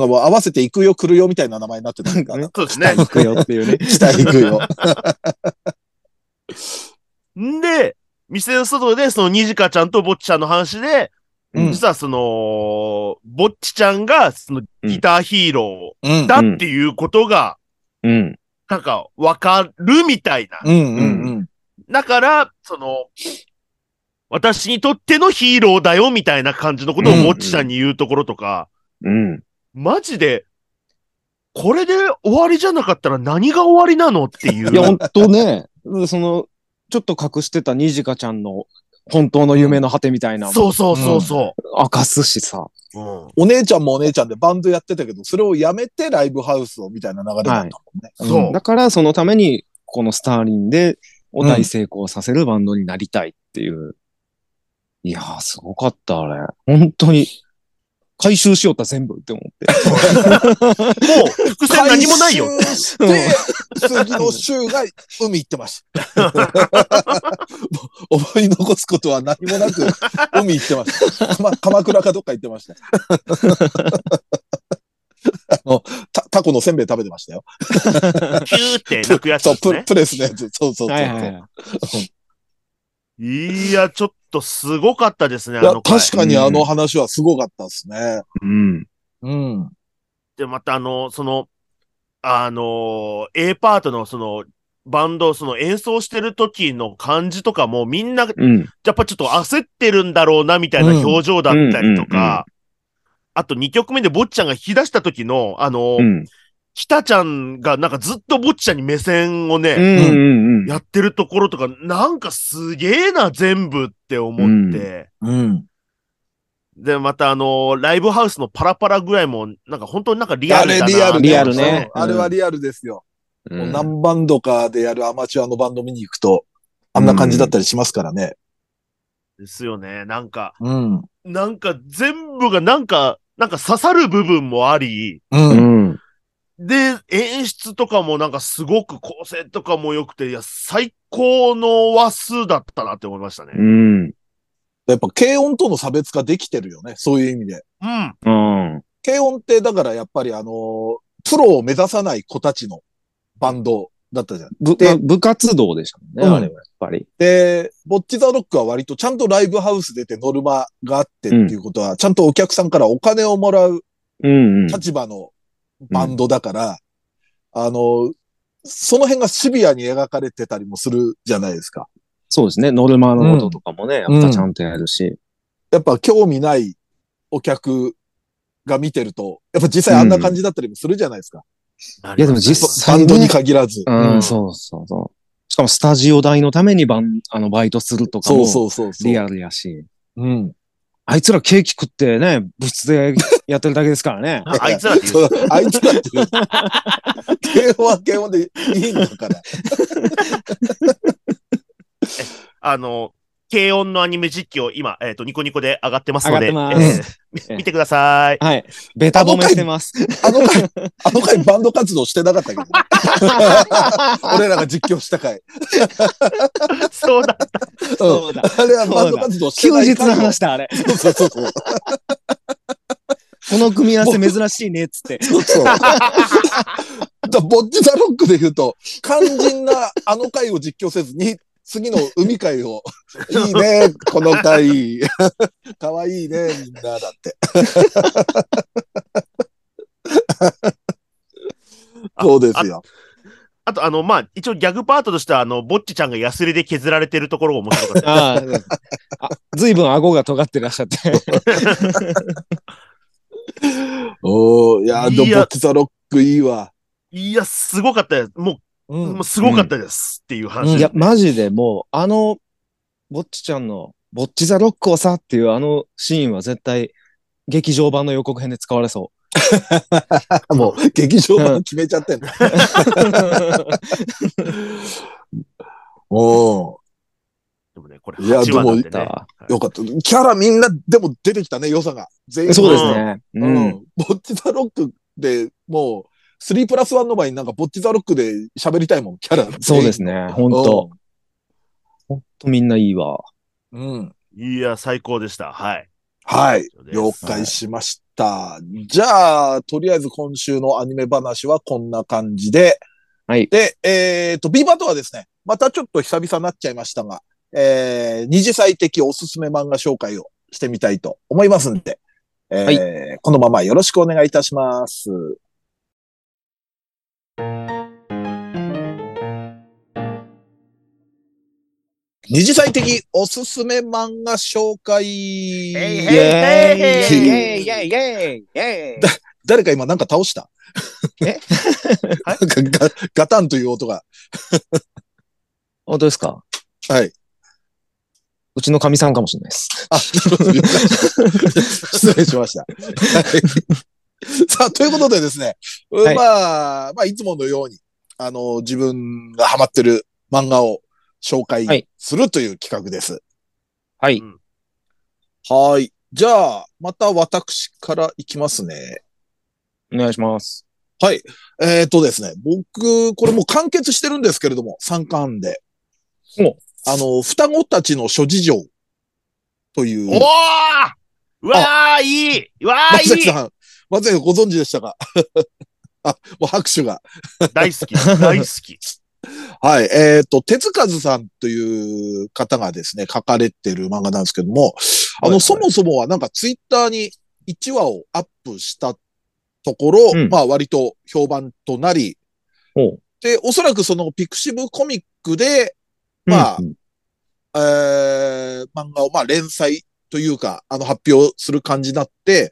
Speaker 2: かもう合わせて行くよ来るよみたいな名前になってたんかな。
Speaker 4: そうです
Speaker 3: 下
Speaker 4: ね。
Speaker 3: 行くよっていうね。
Speaker 2: 下行くよ。
Speaker 4: んで、店の外で、そのにじかちゃんとぼっちちゃんの話で、
Speaker 2: うん
Speaker 4: 実はその、ぼっちちゃんが、その、ギターヒーロ
Speaker 2: うん
Speaker 4: ー。だっていうことが、
Speaker 3: うん。
Speaker 4: なんか、わかるみたいな。
Speaker 2: うんうん
Speaker 4: だから、その、私にとってのヒーローだよ、みたいな感じのことをぼっちちゃんに言うところとか、
Speaker 3: うん。
Speaker 4: マジで、これで終わりじゃなかったら何が終わりなのっていう。
Speaker 3: いや、ほんとね、その、ちょっと隠してたにじかちゃんの本当の夢の果てみたいな、
Speaker 4: そうそうそうそ
Speaker 3: 明かすしさ。
Speaker 4: う。うん
Speaker 2: お姉ちゃんもお姉ちゃんでバンドやってたけど、それをやめてライブハウスをみたいな流れだったもんね。
Speaker 4: そう
Speaker 3: うんだから、そのために、このスターリンで、お題成功させるバンドになりたいっていう。いやー、すごかった、あれ。本当に、回収しよった、全部って思って。
Speaker 4: もう、伏線何もないよ。
Speaker 2: 回収して、 [laughs] 次の週が海行ってました。もう [laughs] 思い残すことは何もなく、海行ってました。鎌鎌倉かどっか行ってま
Speaker 4: [laughs]
Speaker 2: した。あのたタコのせんべい食べてましたよ。
Speaker 4: キューって泣くやつ
Speaker 2: そう
Speaker 4: で
Speaker 2: プ
Speaker 4: す
Speaker 2: レ
Speaker 4: ね。
Speaker 2: プレスのやつ。そうそうそうそう。
Speaker 3: はいはいはい。
Speaker 4: いや、ちょっとすごかったですね、あ
Speaker 2: いや
Speaker 4: の回。
Speaker 2: 確かにあの話はすごかったですね。
Speaker 3: うん。
Speaker 2: うん。
Speaker 4: で、またあの、その、あのー、A パートのその、バンド、その演奏してる時の感じとかもみんな、
Speaker 3: うん。
Speaker 4: やっぱちょっと焦ってるんだろうなみたいな表情だったりと
Speaker 3: うんうんうんうん
Speaker 4: か、あと2曲目で坊っちゃんが引き出した時の、あの
Speaker 3: う、ん。
Speaker 4: 北ちゃんがなんかずっと坊っちゃんに目線を
Speaker 3: う
Speaker 4: ね、
Speaker 3: んうんうん。
Speaker 4: やってるところとか、なんかすげえな、全部って思って。
Speaker 2: うん。
Speaker 4: で、またあの、ライブハウスのパラパラ具合も、なんか本当になんかリ
Speaker 2: あ
Speaker 4: アルだ
Speaker 2: れ
Speaker 4: な。
Speaker 2: リアル
Speaker 3: リアルね
Speaker 2: うんあれはリアルですよ。
Speaker 3: う
Speaker 2: もうん何バンドかでやるアマチュアのバンド見に行くと、あんな感じだったりしますからね。
Speaker 4: ですよね。なんか、
Speaker 2: うん。
Speaker 4: なんか全部がなんか、なんか刺さる部分もあり、
Speaker 2: う。
Speaker 3: うんん。
Speaker 4: で、演出とかもなんかすごく構成とかも良くて、いや、最高の話数だったなって思いました
Speaker 3: う
Speaker 4: ね。
Speaker 3: ん。
Speaker 2: やっぱ軽音との差別化できてるよね。そういう意味で。
Speaker 4: うん。
Speaker 3: うん。
Speaker 2: 軽音ってだからやっぱりあのープロを目指さない子たちのバンドだったじゃん。
Speaker 3: ぶ
Speaker 2: で
Speaker 3: 部活動でしたもんね、
Speaker 2: うん
Speaker 3: あれはやっぱり。
Speaker 2: で、ボッチザロックは割とちゃんとライブハウス出てノルマがあってっていうことは、ちゃんとお客さんからお金をもらう
Speaker 3: うんうん。
Speaker 2: 立場のバンドだから、あの、その辺がシビアに描かれてたりもするじゃないですか。
Speaker 3: そうですね。ノルマのこととかもね、や
Speaker 2: うん
Speaker 3: っぱちゃんとやるし。
Speaker 2: やっぱ興味ないお客が見てると、やっぱ実際あんな感じだったりもするじゃないですか。
Speaker 4: い
Speaker 3: いやでも実
Speaker 2: バ
Speaker 3: 際
Speaker 2: ン
Speaker 3: ね
Speaker 2: ドに限らず。
Speaker 3: うん、
Speaker 4: うん。
Speaker 3: そうそうそう。しかもスタジオ代のためにバン、あの、バイトするとか
Speaker 2: そ
Speaker 3: も
Speaker 2: う、そうそうそう。
Speaker 3: リアルやし。
Speaker 2: うん。
Speaker 3: あいつらケーキ食ってね、部室でやってるだけですからね [laughs]
Speaker 4: あいつらって言う
Speaker 2: そうあいつらっていう。軽音は軽音でいいんだから。
Speaker 4: あの、軽音のアニメ実況、今、えっ、と、ニコニコで上がってますので、
Speaker 3: 上がってます
Speaker 4: えーみ見てくださ
Speaker 3: [laughs]
Speaker 4: い。
Speaker 3: はい。ベタ褒めしてます。
Speaker 2: あの回、あの回バンド活動してなかったけど
Speaker 3: [laughs]
Speaker 2: ね、俺らが実況した回。
Speaker 4: そうだ。
Speaker 2: うん。
Speaker 3: そうだ。
Speaker 2: あれはバンド活動してな
Speaker 3: 休
Speaker 2: い
Speaker 3: 日
Speaker 2: 回
Speaker 3: の話だ、あれ。
Speaker 2: そうそうそうそう。
Speaker 3: この組み合わせ珍しいね、っつって。
Speaker 2: そうそう。だからボッチザロックで言うと、肝心なあの回を実況せずに、次の海回を、いいね、この回。かわいいね、みんな、だって。そうですよ。
Speaker 4: あと、あの、まあ、一応ギャグパートとしては、あの、ぼっちちゃんがヤスリで削られてるところが面白かった。
Speaker 3: [laughs] ああ。ずいぶん顎が尖ってらっしゃって。
Speaker 2: おーいやー、でも
Speaker 4: い
Speaker 2: ボ
Speaker 4: や
Speaker 2: ッチザロックいいわ。
Speaker 4: いや、すごかったです。も
Speaker 2: う
Speaker 4: [laughs] う、もうすごかったです。っていう話。
Speaker 2: うん
Speaker 3: いや、マジでもう、あの、ぼっちちゃんの、ぼっちザロックをさっていうあのシーンは絶対、劇場版の予告編で使われそ
Speaker 2: もう、劇場版決めちゃってんの。
Speaker 3: [laughs] う。
Speaker 2: お
Speaker 4: でもね、これ
Speaker 2: いや
Speaker 4: 8話なんで
Speaker 2: で
Speaker 4: ね。
Speaker 2: も
Speaker 4: は
Speaker 2: ーよかった。キャラみんな、でも出てきたね、良さが。全員
Speaker 3: [laughs] そうですね。う。
Speaker 2: うんん。ボッチザロックで、もう、3プラス1の場合になんかボッチザロックで喋りたいもん、キャラ。
Speaker 3: そうですね。ほんと。ほんとみんないいわ。
Speaker 2: うん。うん。
Speaker 4: い、いや、最高でした。はい。
Speaker 2: はい。
Speaker 4: 以上です
Speaker 2: 了解しました。じゃあ、とりあえず今週のアニメ話はこんな感じで。
Speaker 3: はい
Speaker 2: で、えっ、と、ビーバーとはですね、またちょっと久々になっちゃいましたが、えー、二次祭的おすすめ漫画紹介をしてみたいと思いますんで、えー
Speaker 3: は
Speaker 2: このままよろしくお願いいたします。二次祭的おすすめ漫画紹介。
Speaker 4: えい
Speaker 3: イ
Speaker 4: へ
Speaker 3: ェー
Speaker 4: イ
Speaker 2: イェー
Speaker 3: イ
Speaker 2: イ
Speaker 3: イェーイイェーイイェーイ
Speaker 2: 誰か今なんか倒した [laughs]
Speaker 3: え
Speaker 2: なんかガガタンという音が。
Speaker 3: 本当ですか
Speaker 2: はい。
Speaker 3: うちの神さんかもしれないです。
Speaker 2: あ、失礼しました。はい [laughs] さあ、ということでですね、
Speaker 3: はい
Speaker 2: まあ、まあ、いつものように、あの、自分がハマってる漫画を紹
Speaker 3: はい
Speaker 2: 介するという企画です。
Speaker 3: はい。
Speaker 2: はい。じゃあ、また私からいきますね。
Speaker 3: お願いします。
Speaker 2: はい。えっ、とですね、僕、これもう完結してるんですけれども、3巻で。
Speaker 3: お
Speaker 2: あの、双子たちの諸事情という。
Speaker 4: おーうわーいいうわ
Speaker 2: 松
Speaker 4: ーい
Speaker 2: 崎
Speaker 4: い
Speaker 2: さん、松崎さんご存知でしたか [laughs] あ、もう拍手が。
Speaker 4: 大好き。大好き。
Speaker 2: はい。えっ、と、手塚ずさんという方がですね、書かれてる漫画なんですけども、あの、
Speaker 3: はいはい
Speaker 2: そもそもはなんかツイッターに1話をアップしたところ、
Speaker 3: うん
Speaker 2: まあ割と評判となり、
Speaker 3: おう
Speaker 2: で、おそらくそのピクシブコミックで、まあ
Speaker 3: うんうん
Speaker 2: えー、漫画をまあ連載というか、あの発表する感じになって、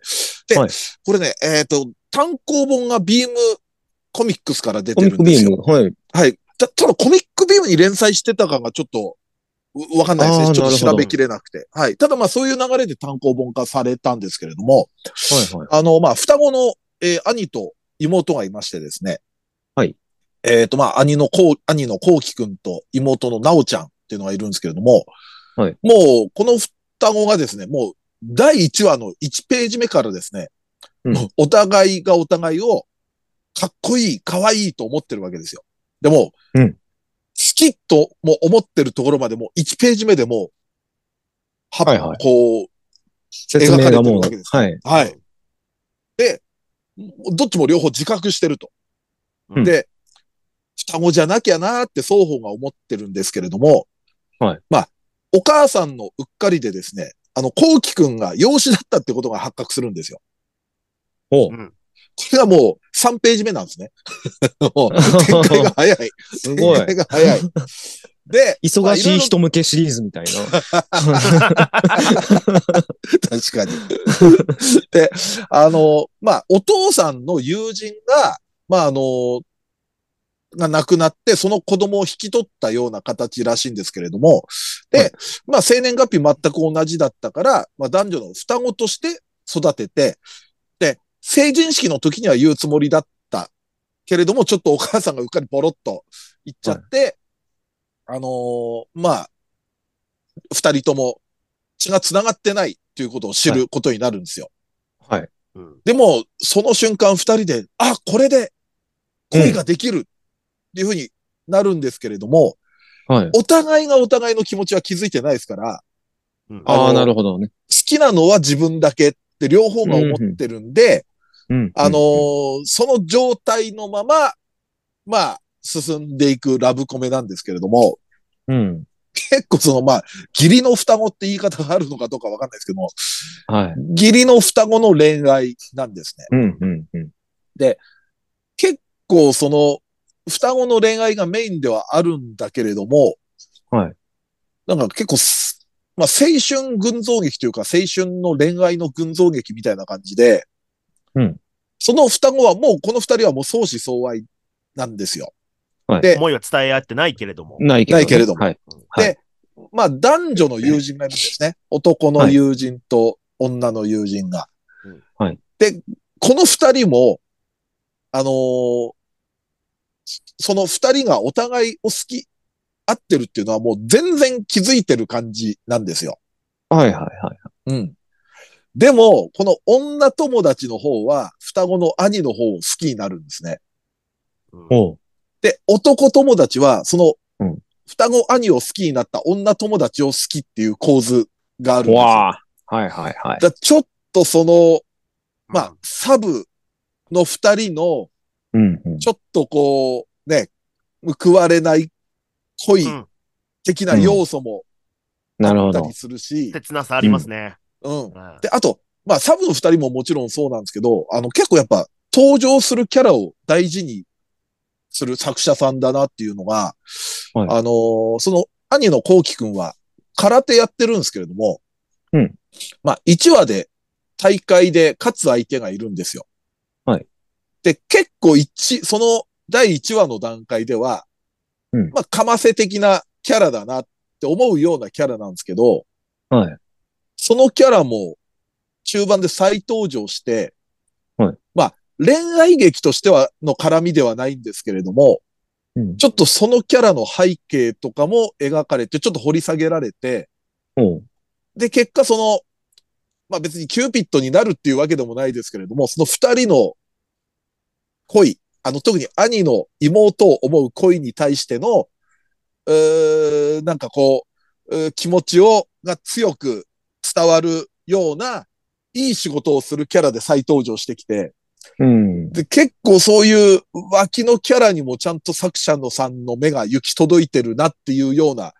Speaker 2: で、
Speaker 3: はい
Speaker 2: これね、えっ、と、単行本がビームコミックスから出
Speaker 3: コ
Speaker 2: て
Speaker 3: ミ
Speaker 2: る
Speaker 3: ック
Speaker 2: んで
Speaker 3: ビ
Speaker 2: す
Speaker 3: ー
Speaker 2: よ。
Speaker 3: ム。はい。
Speaker 2: はい。たただコミックビームに連載してた感がちょっと、うわかんないです
Speaker 3: あ
Speaker 2: ね。
Speaker 3: ー
Speaker 2: ちょっと
Speaker 3: なる
Speaker 2: 調
Speaker 3: ほど
Speaker 2: べきれなくて。はい。ただまあそういう流れで単行本化されたんですけれども、
Speaker 3: はいはい。
Speaker 2: あの、まあ、双子の、えー兄と妹がいましてですね。
Speaker 3: はい。
Speaker 2: えっ、と、まあ、兄のこう、兄のこうきくんと妹のなおちゃんっていうのがいるんですけれども、
Speaker 3: はい。
Speaker 2: もう、この双子がですね、もう、第1話の1ページ目からですね、
Speaker 3: うん
Speaker 2: お互いがお互いを、かっこいい、かわいいと思ってるわけですよ。でも、
Speaker 3: うん
Speaker 2: 好きとも思ってるところまでも、1ページ目でもう、は
Speaker 3: はいはい
Speaker 2: こう、
Speaker 3: 説明がも
Speaker 2: 描
Speaker 3: う
Speaker 2: かれてるわけで、す
Speaker 3: はい。
Speaker 2: はい。で、どっちも両方自覚してると。
Speaker 4: うん
Speaker 2: で、双子じゃなきゃなーって双方が思ってるんですけれども、
Speaker 3: はい。
Speaker 2: まあ、お母さんのうっかりでですね、あの、こうきくんが養子だったってことが発覚するんですよ。
Speaker 3: おう
Speaker 4: うん
Speaker 2: これがもう3ページ目なんです
Speaker 3: [laughs]
Speaker 2: ね。もう展開が早い。
Speaker 3: すごい
Speaker 2: 展開が早い。で、
Speaker 3: 忙しい人向けシリーズみたいな。
Speaker 2: 確かに。で、あの、まあ、お父さんの友人が、まあ、あの、が亡くなって、その子供を引き取ったような形らしいんですけれども、で、
Speaker 3: はい
Speaker 2: まあ、生年月日全く同じだったから、まあ、男女の双子として育てて、で、成人式の時には言うつもりだったけれども、ちょっとお母さんがうっかりボロっと言っちゃって、あのーまあ、二人とも血が繋がってないということを知ることになるんですよ。
Speaker 3: はい。
Speaker 4: うん
Speaker 2: でも、その瞬間二人で、あ、これで恋ができるっていうふうになるんですけれども、
Speaker 3: はい。
Speaker 2: お互いがお互いの気持ちは気づいてないですから、
Speaker 4: うん
Speaker 3: あ
Speaker 2: の
Speaker 3: あ、なるほどね。
Speaker 2: 好きなのは自分だけって両方が思ってるんで、
Speaker 3: うん。
Speaker 2: あの
Speaker 3: うん
Speaker 2: ーその状態のまま、まあ、進んでいくラブコメなんですけれども、
Speaker 3: うん。
Speaker 2: 結構そのまあ、義理の双子って言い方があるのかどうかわかんないですけども、
Speaker 3: はい。
Speaker 2: 義理の双子の恋愛なんですね。
Speaker 3: うん、うん、うん。
Speaker 2: こう、その、双子の恋愛がメインではあるんだけれども、
Speaker 3: はい。
Speaker 2: なんか結構す、まあ、青春群像劇というか、青春の恋愛の群像劇みたいな感じで、
Speaker 3: うん。
Speaker 2: その双子はもう、この二人はもう相思相愛なんですよ。
Speaker 4: 思いは伝え合ってないけれども。
Speaker 3: ないけど、
Speaker 2: ないけれども
Speaker 3: はい。
Speaker 2: で
Speaker 3: はい
Speaker 2: まあ、男女の友人がいるんですね。男の友人と女の友人が。
Speaker 3: うんはい
Speaker 2: で、この二人も、あのーその二人がお互いを好き、合ってるっていうのはもう全然気づいてる感じなんですよ。
Speaker 3: はい、はい、はい。
Speaker 2: うん。でも、この女友達の方は、双子の兄の方を好きになるんですね。
Speaker 4: うん
Speaker 3: おう
Speaker 2: で、男友達は、そ
Speaker 3: うん
Speaker 2: の、双子兄を好きになった女友達を好きっていう構図があるんですよ。
Speaker 3: わあ。はい、はい、はい。
Speaker 2: だちょっとその、まあ
Speaker 4: うん、
Speaker 2: サブの二人の、
Speaker 3: うん、うん。
Speaker 2: ちょっとこう、ね、報われない恋
Speaker 4: うん
Speaker 2: 的な要素も
Speaker 3: なる
Speaker 2: あ
Speaker 3: ほ
Speaker 2: った
Speaker 3: ど
Speaker 2: り。するし、
Speaker 4: 切なさありますね。
Speaker 2: うん。
Speaker 4: うん
Speaker 2: で、あと、まあ、サブの二人ももちろんそうなんですけど、あの、結構やっぱ、登場するキャラを大事にする作者さんだなっていうのが、
Speaker 3: はい
Speaker 2: あのーその、兄のこうきくんは、空手やってるんですけれども、
Speaker 3: うん
Speaker 2: まあ、1話で、大会で勝つ相手がいるんですよ。
Speaker 3: はい。
Speaker 2: で、結構一、その、第1話の段階では、
Speaker 3: うん
Speaker 2: まあ、かませ的なキャラだなって思うようなキャラなんですけど、
Speaker 3: はい。
Speaker 2: そのキャラも中盤で再登場して、
Speaker 3: はい
Speaker 2: まあ、恋愛劇としてはの絡みではないんですけれども、
Speaker 3: うん。
Speaker 2: ちょっとそのキャラの背景とかも描かれて、ちょっと掘り下げられて、
Speaker 3: おう
Speaker 2: で、結果その、まあ別にキューピッドになるっていうわけでもないですけれども、その二人の恋、あの特に兄の妹を思う恋に対しての、うーなんかこう、うー気持ちを、が強く伝わるような、いい仕事をするキャラで再登場してきて、
Speaker 3: うん。
Speaker 2: で、結構そういう脇のキャラにもちゃんと作者のさんの目が行き届いてるなっていうような、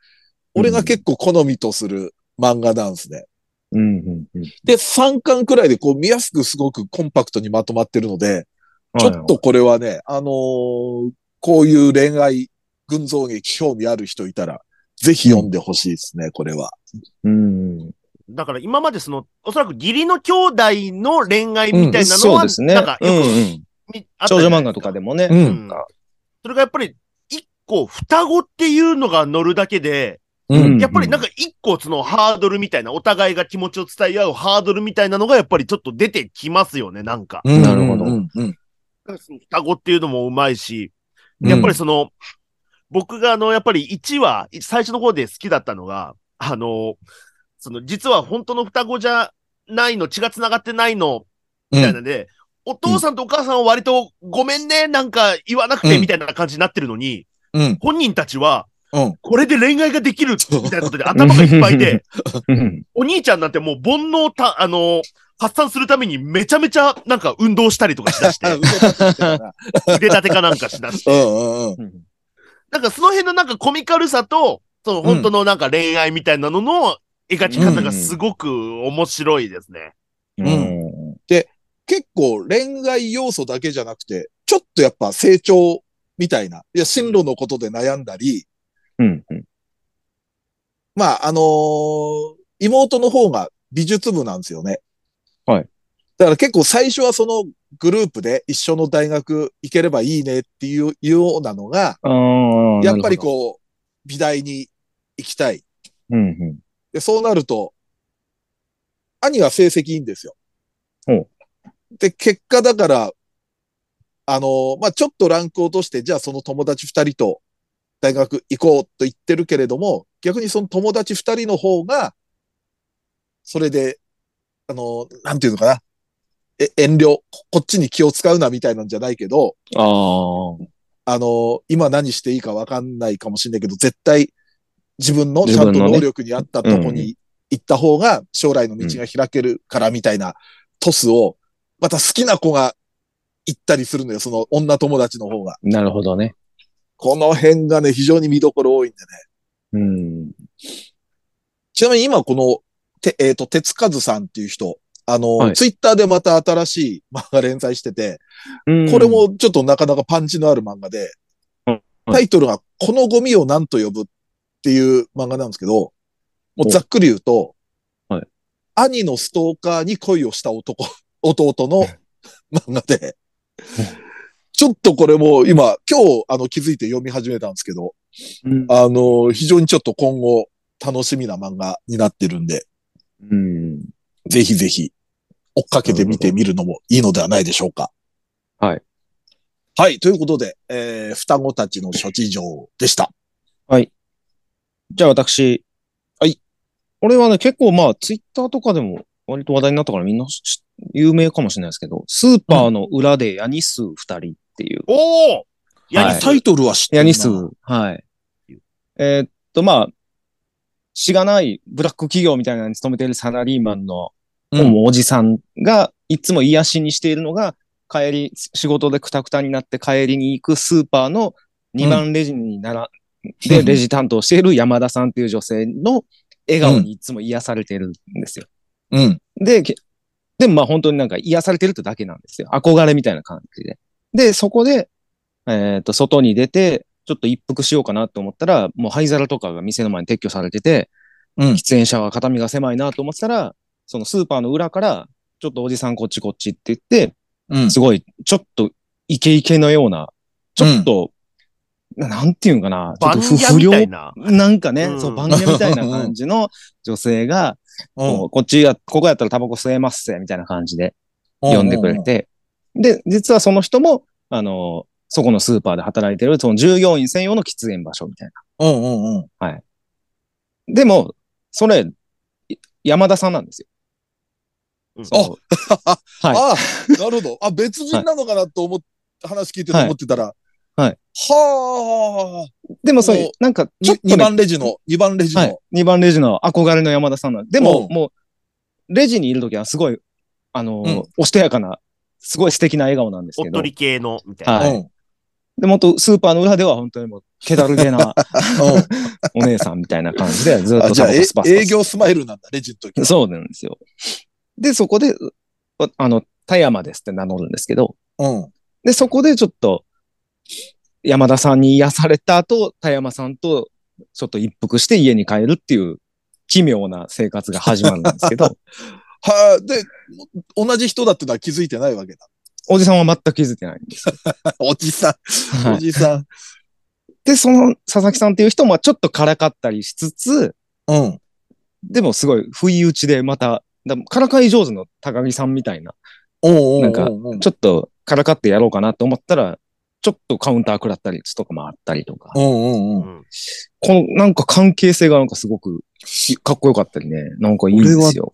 Speaker 2: 俺が結構好みとする漫画なんですね。
Speaker 3: うん、うん、うん。
Speaker 2: で、3巻くらいでこう見やすくすごくコンパクトにまとまってるので、ちょっ
Speaker 3: はい
Speaker 2: とこれはね、あのーこういう恋愛群像劇興味ある人いたら、ぜひ読んでほしいですね、これは。
Speaker 3: うん。
Speaker 4: だから今までその、おそらく義理の兄弟の恋愛みたいなの
Speaker 3: そう
Speaker 4: は、
Speaker 3: ですね。
Speaker 4: なんか
Speaker 3: うん
Speaker 4: よく
Speaker 3: うん。
Speaker 4: みあった
Speaker 3: 少
Speaker 4: じ
Speaker 3: 女
Speaker 4: ゃない
Speaker 3: 漫画とかでもね。
Speaker 2: うん
Speaker 4: うんそれがやっぱり、一個、双子っていうのが乗るだけで、
Speaker 3: うん
Speaker 4: やっぱりなんか一個そのハードルみたいな、お互いが気持ちを伝え合うハードルみたいなのがやっぱりちょっと出てきますよね、なんか。
Speaker 3: なるほど
Speaker 2: うんうん
Speaker 4: 双子っていうのもうまいし、やっぱりその、僕があの、やっぱり1話、最初の方で好きだったのが、あの、その、実は本当の双子じゃないの、血が繋がってないの、みたいなんで、お父さんとお母さんは割とごめんね、なんか言わなくて、
Speaker 2: うん
Speaker 4: みたいな感じになってるのに、
Speaker 2: うん
Speaker 4: 本人たちは
Speaker 2: うん、
Speaker 4: これで恋愛ができる、みたいなことで頭がいっぱ
Speaker 2: [laughs]
Speaker 4: いで、
Speaker 3: うん。
Speaker 4: お兄ちゃんなんてもう煩悩た、あの、発散するためにめちゃめちゃなんか運動したりとかしだ
Speaker 2: [laughs]
Speaker 4: して、
Speaker 2: う
Speaker 4: 腕立てかなんかしだして
Speaker 2: んうんうん。
Speaker 3: うん
Speaker 4: なんかその辺のなんかコミカルさと、その本当のなんか恋愛みたいなのの描き方がすごく面白いですね。
Speaker 3: うん。
Speaker 2: 結構恋愛要素だけじゃなくて、ちょっとやっぱ成長みたいな、いや、進路のことで悩んだり、
Speaker 3: うん。
Speaker 2: まあ、あのー妹の方が美術部なんですよね。
Speaker 3: はい。
Speaker 2: だから結構最初はそのグループで一緒の大学行ければいいねっていういうようなのが、
Speaker 3: ああ。
Speaker 2: やっぱりこう、美大に行きたい。
Speaker 3: う。うんうん。
Speaker 2: で、そうなると、兄は成績いいんですよ
Speaker 3: ほう。
Speaker 2: で、結果だから、あのーまあ、ちょっとランク落として、じゃあその友達二人と大学行こうと言ってるけれども、逆にその友達二人の方が、それで、あのーなんていうのかな。え、遠慮、ここっちに気を使うなみたいなんじゃないけど、
Speaker 3: ああ。
Speaker 2: あのー今何していいかわかんないかもしれないけど、絶対自分のちゃんと
Speaker 3: 自分のね
Speaker 2: 能力に合ったとこに行った方が将来の道が開けるからみたいなトスを、また好きな子が行ったりするのよ、その女友達の方が。
Speaker 3: なるほどね。
Speaker 2: この辺がね、非常に見どころ多いんでね。
Speaker 3: うん。
Speaker 2: ちなみに今この、て、えっ、と、手つかずさんっていう人、あのー、
Speaker 3: はい
Speaker 2: ツイッターでまた新しい漫画連載してて、これもちょっとなかなかパンチのある漫画で、
Speaker 3: うん
Speaker 2: タイトルがこのゴミを何と呼ぶっていう漫画なんですけど、もうざっくり言うと、
Speaker 3: はい
Speaker 2: 兄のストーカーに恋をした男、 [laughs] 弟の漫画で、ちょっとこれも今、今日あの気づいて読み始めたんですけど、
Speaker 3: うん。
Speaker 2: あの、非常にちょっと今後楽しみな漫画になってるんで、
Speaker 3: うん。
Speaker 2: ぜひぜひ追っかけてみてみるのもいいのではないでしょうか。
Speaker 3: はい。
Speaker 2: はい、ということで、えー、双子たちの諸事情でした。
Speaker 3: じゃあ私。
Speaker 2: はい。
Speaker 3: 俺はね、結構まあ、ツイッターとかでも割と話題になったからみんな知有名かもしれないですけど、スーパーの裏でヤニ数二人っていう。
Speaker 4: おおや
Speaker 3: は
Speaker 4: り
Speaker 3: い
Speaker 4: す
Speaker 2: タイトルは知ってる
Speaker 3: ヤ
Speaker 2: な
Speaker 3: ニ数。はい。えーっと、まあ、しがないブラック企業みたいなのに勤めてるサラリーマンの、
Speaker 2: うん
Speaker 3: もうおじさんが、いつも癒しにしているのが、帰り、仕事でくたくたになって帰りに行くスーパーの2番レジになら、で、レジ担当している山田さんっていう女性の笑顔にいつも癒されてるんですよ。
Speaker 2: うん。
Speaker 3: で、けでもまあ本当になんか癒されてるってだけなんですよ。憧れみたいな感じで。で、そこで、えっ、と、外に出て、ちょっと一服しようかなと思ったら、もう灰皿とかが店の前に撤去されてて、
Speaker 2: うん
Speaker 3: 喫煙者は肩身が狭いなと思ってたら、そのスーパーの裏から、ちょっとおじさんこっちこっちって言って、
Speaker 2: うん。
Speaker 3: すごい、ちょっとイケイケのような、ちょっと、ななんていうんかな、ちょっ
Speaker 4: バ
Speaker 3: と
Speaker 4: ニ
Speaker 3: 不
Speaker 4: ヤみ
Speaker 3: 良
Speaker 4: た、いな。
Speaker 3: なんかね、
Speaker 4: うん
Speaker 3: そう、番組みたいな感じの女性が、
Speaker 2: うん
Speaker 3: こうこっちや、ここやったらタバコ吸えますぜ、みたいな感じで呼んでくれ。て。で、実はその人も、あの、そこのスーパーで働いてる、その従業員専用の喫煙場所みたい
Speaker 2: うんうんうん。
Speaker 3: な。でも、それ、い山田さんなんですよ。
Speaker 4: うん
Speaker 3: そうはい
Speaker 2: ああ、なるほど。あ、別人なのかなと思って、話聞いてて
Speaker 3: はい
Speaker 2: 思ってたら。
Speaker 3: はい。
Speaker 2: はあ。
Speaker 3: でも、そ
Speaker 2: もう
Speaker 3: れ、なんか、ちょっと、
Speaker 2: 2
Speaker 3: ね、
Speaker 2: 番レジの、2番レジ
Speaker 3: はい
Speaker 2: の。、
Speaker 3: 2番レジの憧れの山田さんなんで、
Speaker 2: う
Speaker 3: も、
Speaker 2: ん
Speaker 3: もう、レジにいるときはすごい、あの、
Speaker 2: うん
Speaker 3: おしとやかな、すごい素敵な笑顔なんです
Speaker 4: お
Speaker 3: け
Speaker 4: っ
Speaker 3: ど
Speaker 4: と、り系の、みたいな。
Speaker 3: はい
Speaker 2: うん。
Speaker 3: で、もっとスーパーの裏では本当にもう、気だるげな
Speaker 2: うん
Speaker 3: お姉さんみたいな感じで、ずっ
Speaker 2: あ
Speaker 3: [laughs] と
Speaker 2: じゃ
Speaker 3: タ
Speaker 2: あ、
Speaker 3: バコ
Speaker 2: え
Speaker 3: スパスパス
Speaker 2: 営業スマイルなんだ、レジの時は。
Speaker 3: [laughs] そうなんですよ。で、そこで、うあの、田山ですって名乗るんですけど、
Speaker 2: うん。
Speaker 3: で、そこでちょっと、山田さんに癒された後、田山さんとちょっと一服して家に帰るっていう奇妙な生活が始まるんですけ [laughs] ど、
Speaker 2: はあ、で、同じ人だってのは気づいてないわけだ。
Speaker 3: おじさんは全く気づいてないんです。
Speaker 2: おじさん、
Speaker 3: は
Speaker 2: お
Speaker 3: い
Speaker 2: じさ
Speaker 3: で、その佐々木さんっていう人もちょっとからかったりしつつ、
Speaker 2: ん。うん。
Speaker 3: でもすごい不意打ちでまた、だからかい上手の高木さんみたいな、
Speaker 2: おうおうおうおう
Speaker 3: なんかちょっとからかってやろうかなと思ったら、ちょっとカウンター食らったりとかもあったりとか、
Speaker 2: うんうんうん。
Speaker 3: このなんか関係性がなんかすごくかっこよかったりね、なんかいいんですよ。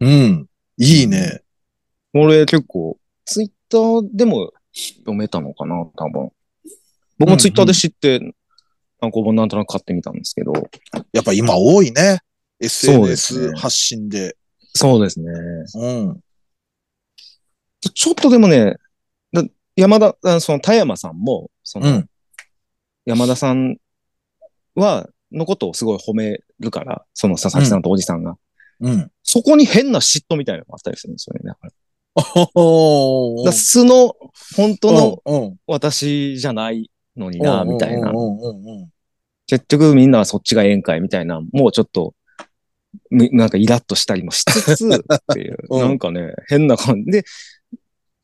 Speaker 2: うん。いいね。
Speaker 3: 俺結構、ツイッターでも読めたのかな、多分。僕もツイッターで知って、なんかなんとなく買ってみたんですけど。
Speaker 2: やっぱ今多いね。
Speaker 3: そうです
Speaker 2: SNS
Speaker 3: ね
Speaker 2: 発信で。
Speaker 3: そうですね。
Speaker 2: うん。
Speaker 3: ちょっとでもね、だ山田、あその田山さんも、その、
Speaker 2: うん
Speaker 3: 山田さんは、のことをすごい褒めるから、その佐々木さんとおじさんが。
Speaker 2: うん。
Speaker 3: そこに変な嫉妬みたいなのがあったりするんですよね。だから
Speaker 2: お
Speaker 3: だから素の、本当の
Speaker 2: の、
Speaker 3: 私じゃないのにな、みたいな
Speaker 2: う。んうんうんうん
Speaker 3: 結局みんなはそっちがええんかいみたいな、もうちょっと、みなんかイラッとしたりもしつつ、っていう
Speaker 2: [laughs] 、うん
Speaker 3: なんかね、変な感じで、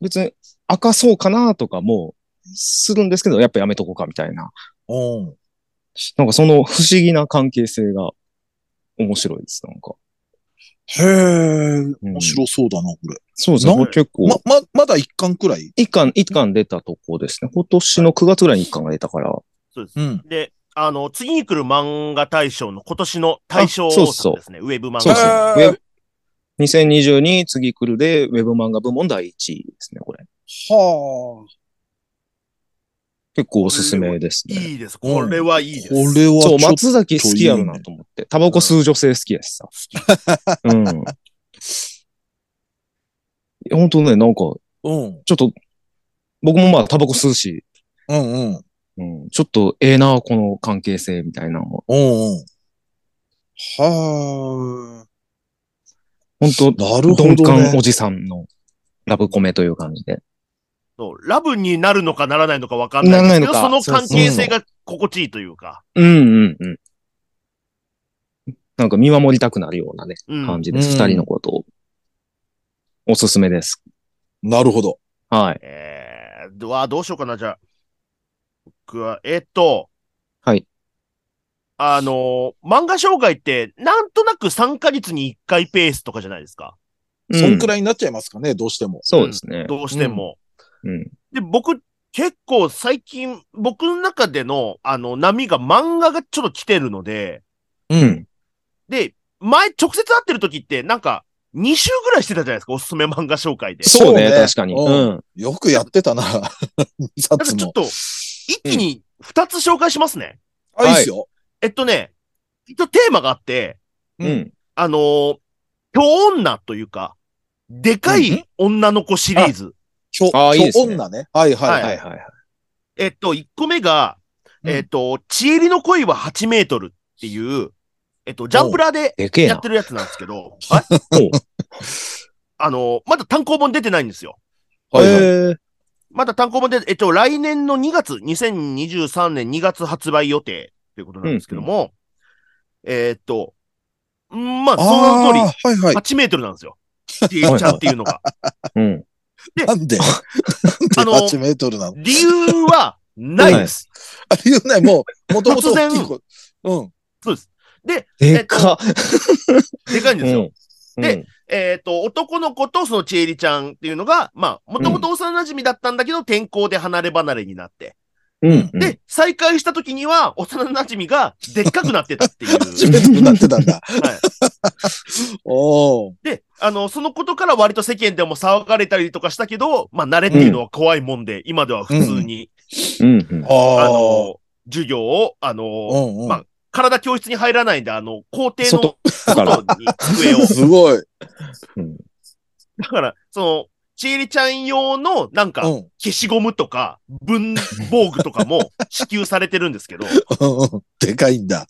Speaker 3: 別に明かそうかなとかもするんですけど、やっぱやめとこうかみたいな。
Speaker 2: うん。
Speaker 3: なんかその不思議な関係性が面白いです、なんか。
Speaker 2: へえ、
Speaker 3: うん
Speaker 2: 面白そうだな、これ。
Speaker 3: そうですね。
Speaker 2: なん
Speaker 3: これ結構、
Speaker 2: ま、ま、まだ一巻くらい
Speaker 3: 一巻、一巻出たとこですね。今年の9月ぐらいに一巻が出たから。
Speaker 4: そうです。
Speaker 2: うん。
Speaker 4: で、あの、次に来る漫画大賞の今年の大賞
Speaker 3: あそう
Speaker 4: 作
Speaker 3: そう
Speaker 4: ですね。ウェブ漫画。
Speaker 3: そうですね。
Speaker 2: あ
Speaker 3: ウ
Speaker 2: ー
Speaker 3: ェブ2022次来るで、ウェブ漫画部門第1位ですね、これ。
Speaker 2: はあ。
Speaker 3: 結構おすすめですね。
Speaker 4: いいです。これはいいです。
Speaker 2: これはち
Speaker 3: そう、
Speaker 2: ょっと
Speaker 3: 松崎好きやろなと思って。タバコ吸う女性好きやしさ。うん。本当ね、なんか、ちょ
Speaker 2: うん。
Speaker 3: っと、僕もまあタバコ吸うし、
Speaker 2: うんうん。
Speaker 3: うん、ちょっとええな、この関係性みたいなの。
Speaker 2: うんうん。はあ。
Speaker 3: 本
Speaker 2: なる
Speaker 3: 当、
Speaker 2: ほ
Speaker 3: 鈍
Speaker 2: ど
Speaker 3: 感
Speaker 2: ね
Speaker 3: お。じさんのラブコメという感じで。
Speaker 4: そうラブになるのかならないのかわかんないですけ
Speaker 3: な
Speaker 4: ど、
Speaker 3: ら
Speaker 4: そ
Speaker 3: ない
Speaker 4: の
Speaker 3: のか
Speaker 4: 関係性が心地いいというか。
Speaker 3: うんうんうん。なんか見守りたくなるようなね、
Speaker 4: うん。
Speaker 3: 感じで
Speaker 2: う
Speaker 3: す。
Speaker 2: ん
Speaker 3: 二、人のことを。おすすめです。
Speaker 2: なるほど。
Speaker 3: はい。
Speaker 4: えー、わあどうしようかな、じゃあ。僕は、えっと。
Speaker 3: はい。
Speaker 4: あのー漫画紹介って、なんとなく3ヶ月に1回ペースとかじゃないですか。
Speaker 2: そんく
Speaker 3: らい。
Speaker 2: らいになっちゃいますかね、どうしても。
Speaker 3: そうですね。
Speaker 4: どうしても。
Speaker 3: うん。
Speaker 4: で、僕、結構最近、僕の中での、あの、波が漫画がちょっと来てるので、
Speaker 3: うん。
Speaker 4: で、前、直接会ってる時って、なんか、2週ぐらいしてたじゃないですか、おすすめ漫画紹介で。
Speaker 3: そうね、
Speaker 2: そうね
Speaker 3: 確かに。
Speaker 2: う
Speaker 3: うんん。
Speaker 2: よくやってたな。2
Speaker 4: だから
Speaker 2: 冊
Speaker 4: ちょっ
Speaker 2: も。
Speaker 4: と、一気に2つ紹介しますね。
Speaker 2: あ、いいっすよ。
Speaker 4: えっとね、一応テーマがあって、
Speaker 2: う
Speaker 3: うんん。
Speaker 4: あのー、今日女というか、でかい女の子シリーズ。
Speaker 2: ひょ、
Speaker 3: あーいい
Speaker 2: ひ
Speaker 3: です
Speaker 2: ょ
Speaker 3: ね
Speaker 2: 女ね。はいはいは
Speaker 3: はい
Speaker 2: い。
Speaker 3: はいはい。
Speaker 4: えっと、1個目が、
Speaker 2: うん
Speaker 4: えっと、ちえりの恋は8メートルっていう、えっと、ジャンプラーで
Speaker 3: でけえ
Speaker 4: や
Speaker 3: な
Speaker 4: って。るやつなんですけど、あれ
Speaker 3: おう
Speaker 4: あの、まだ単行本出てないんですよ。
Speaker 2: はいはい
Speaker 3: へえ
Speaker 4: まだ単行本で、えっと、来年の2月、2023年2月発売予定ということなんですけども、えーっと、んまあ、その
Speaker 2: あ
Speaker 4: 通
Speaker 2: ーはいはい
Speaker 4: り、。8メートルなんですよ。ちえりちゃんっていうのが。
Speaker 3: うん。
Speaker 2: なんで、
Speaker 4: [laughs]
Speaker 2: な
Speaker 4: あ
Speaker 2: ん
Speaker 4: の
Speaker 2: で8メートルなの [laughs]
Speaker 4: 理由はないです。
Speaker 2: あれ言うね、もう、もともと
Speaker 4: 突然
Speaker 2: 大きい子。うん。
Speaker 4: そうです。で、
Speaker 3: でか
Speaker 4: でかいん
Speaker 3: っ。
Speaker 4: ですよ。
Speaker 3: うん
Speaker 4: で、えっ、と、男の子とそのちえりちゃんっていうのが、まあ、もともと幼馴染だったんだけど、転校で離れ離れになって。
Speaker 3: うん。うん、
Speaker 4: で、再会した時には、幼馴染がでっかくなってたっていう。
Speaker 2: 8メートルになってたん
Speaker 4: [laughs]
Speaker 2: だ。
Speaker 4: はい。
Speaker 2: おお。
Speaker 4: で、あの、そのことから割と世間でも騒がれたりとかしたけど、まあ、慣れっていうのは怖いもんで、今では普通に、
Speaker 3: うん。うん。
Speaker 4: あ
Speaker 2: あ
Speaker 4: の、授業を、あの、
Speaker 2: あ。うんうん。
Speaker 4: まあ体教室に入らないんで、あの、校庭の
Speaker 3: 外から。
Speaker 4: 外に机を。
Speaker 2: すごい。う
Speaker 3: うん
Speaker 4: だから、その、ちえりちゃん用の、なんか、
Speaker 2: ん。 [laughs]
Speaker 4: 消しゴムとか、文房具とかも支給されてるんですけど、
Speaker 2: うんうんでかいん
Speaker 4: [laughs]
Speaker 2: だ。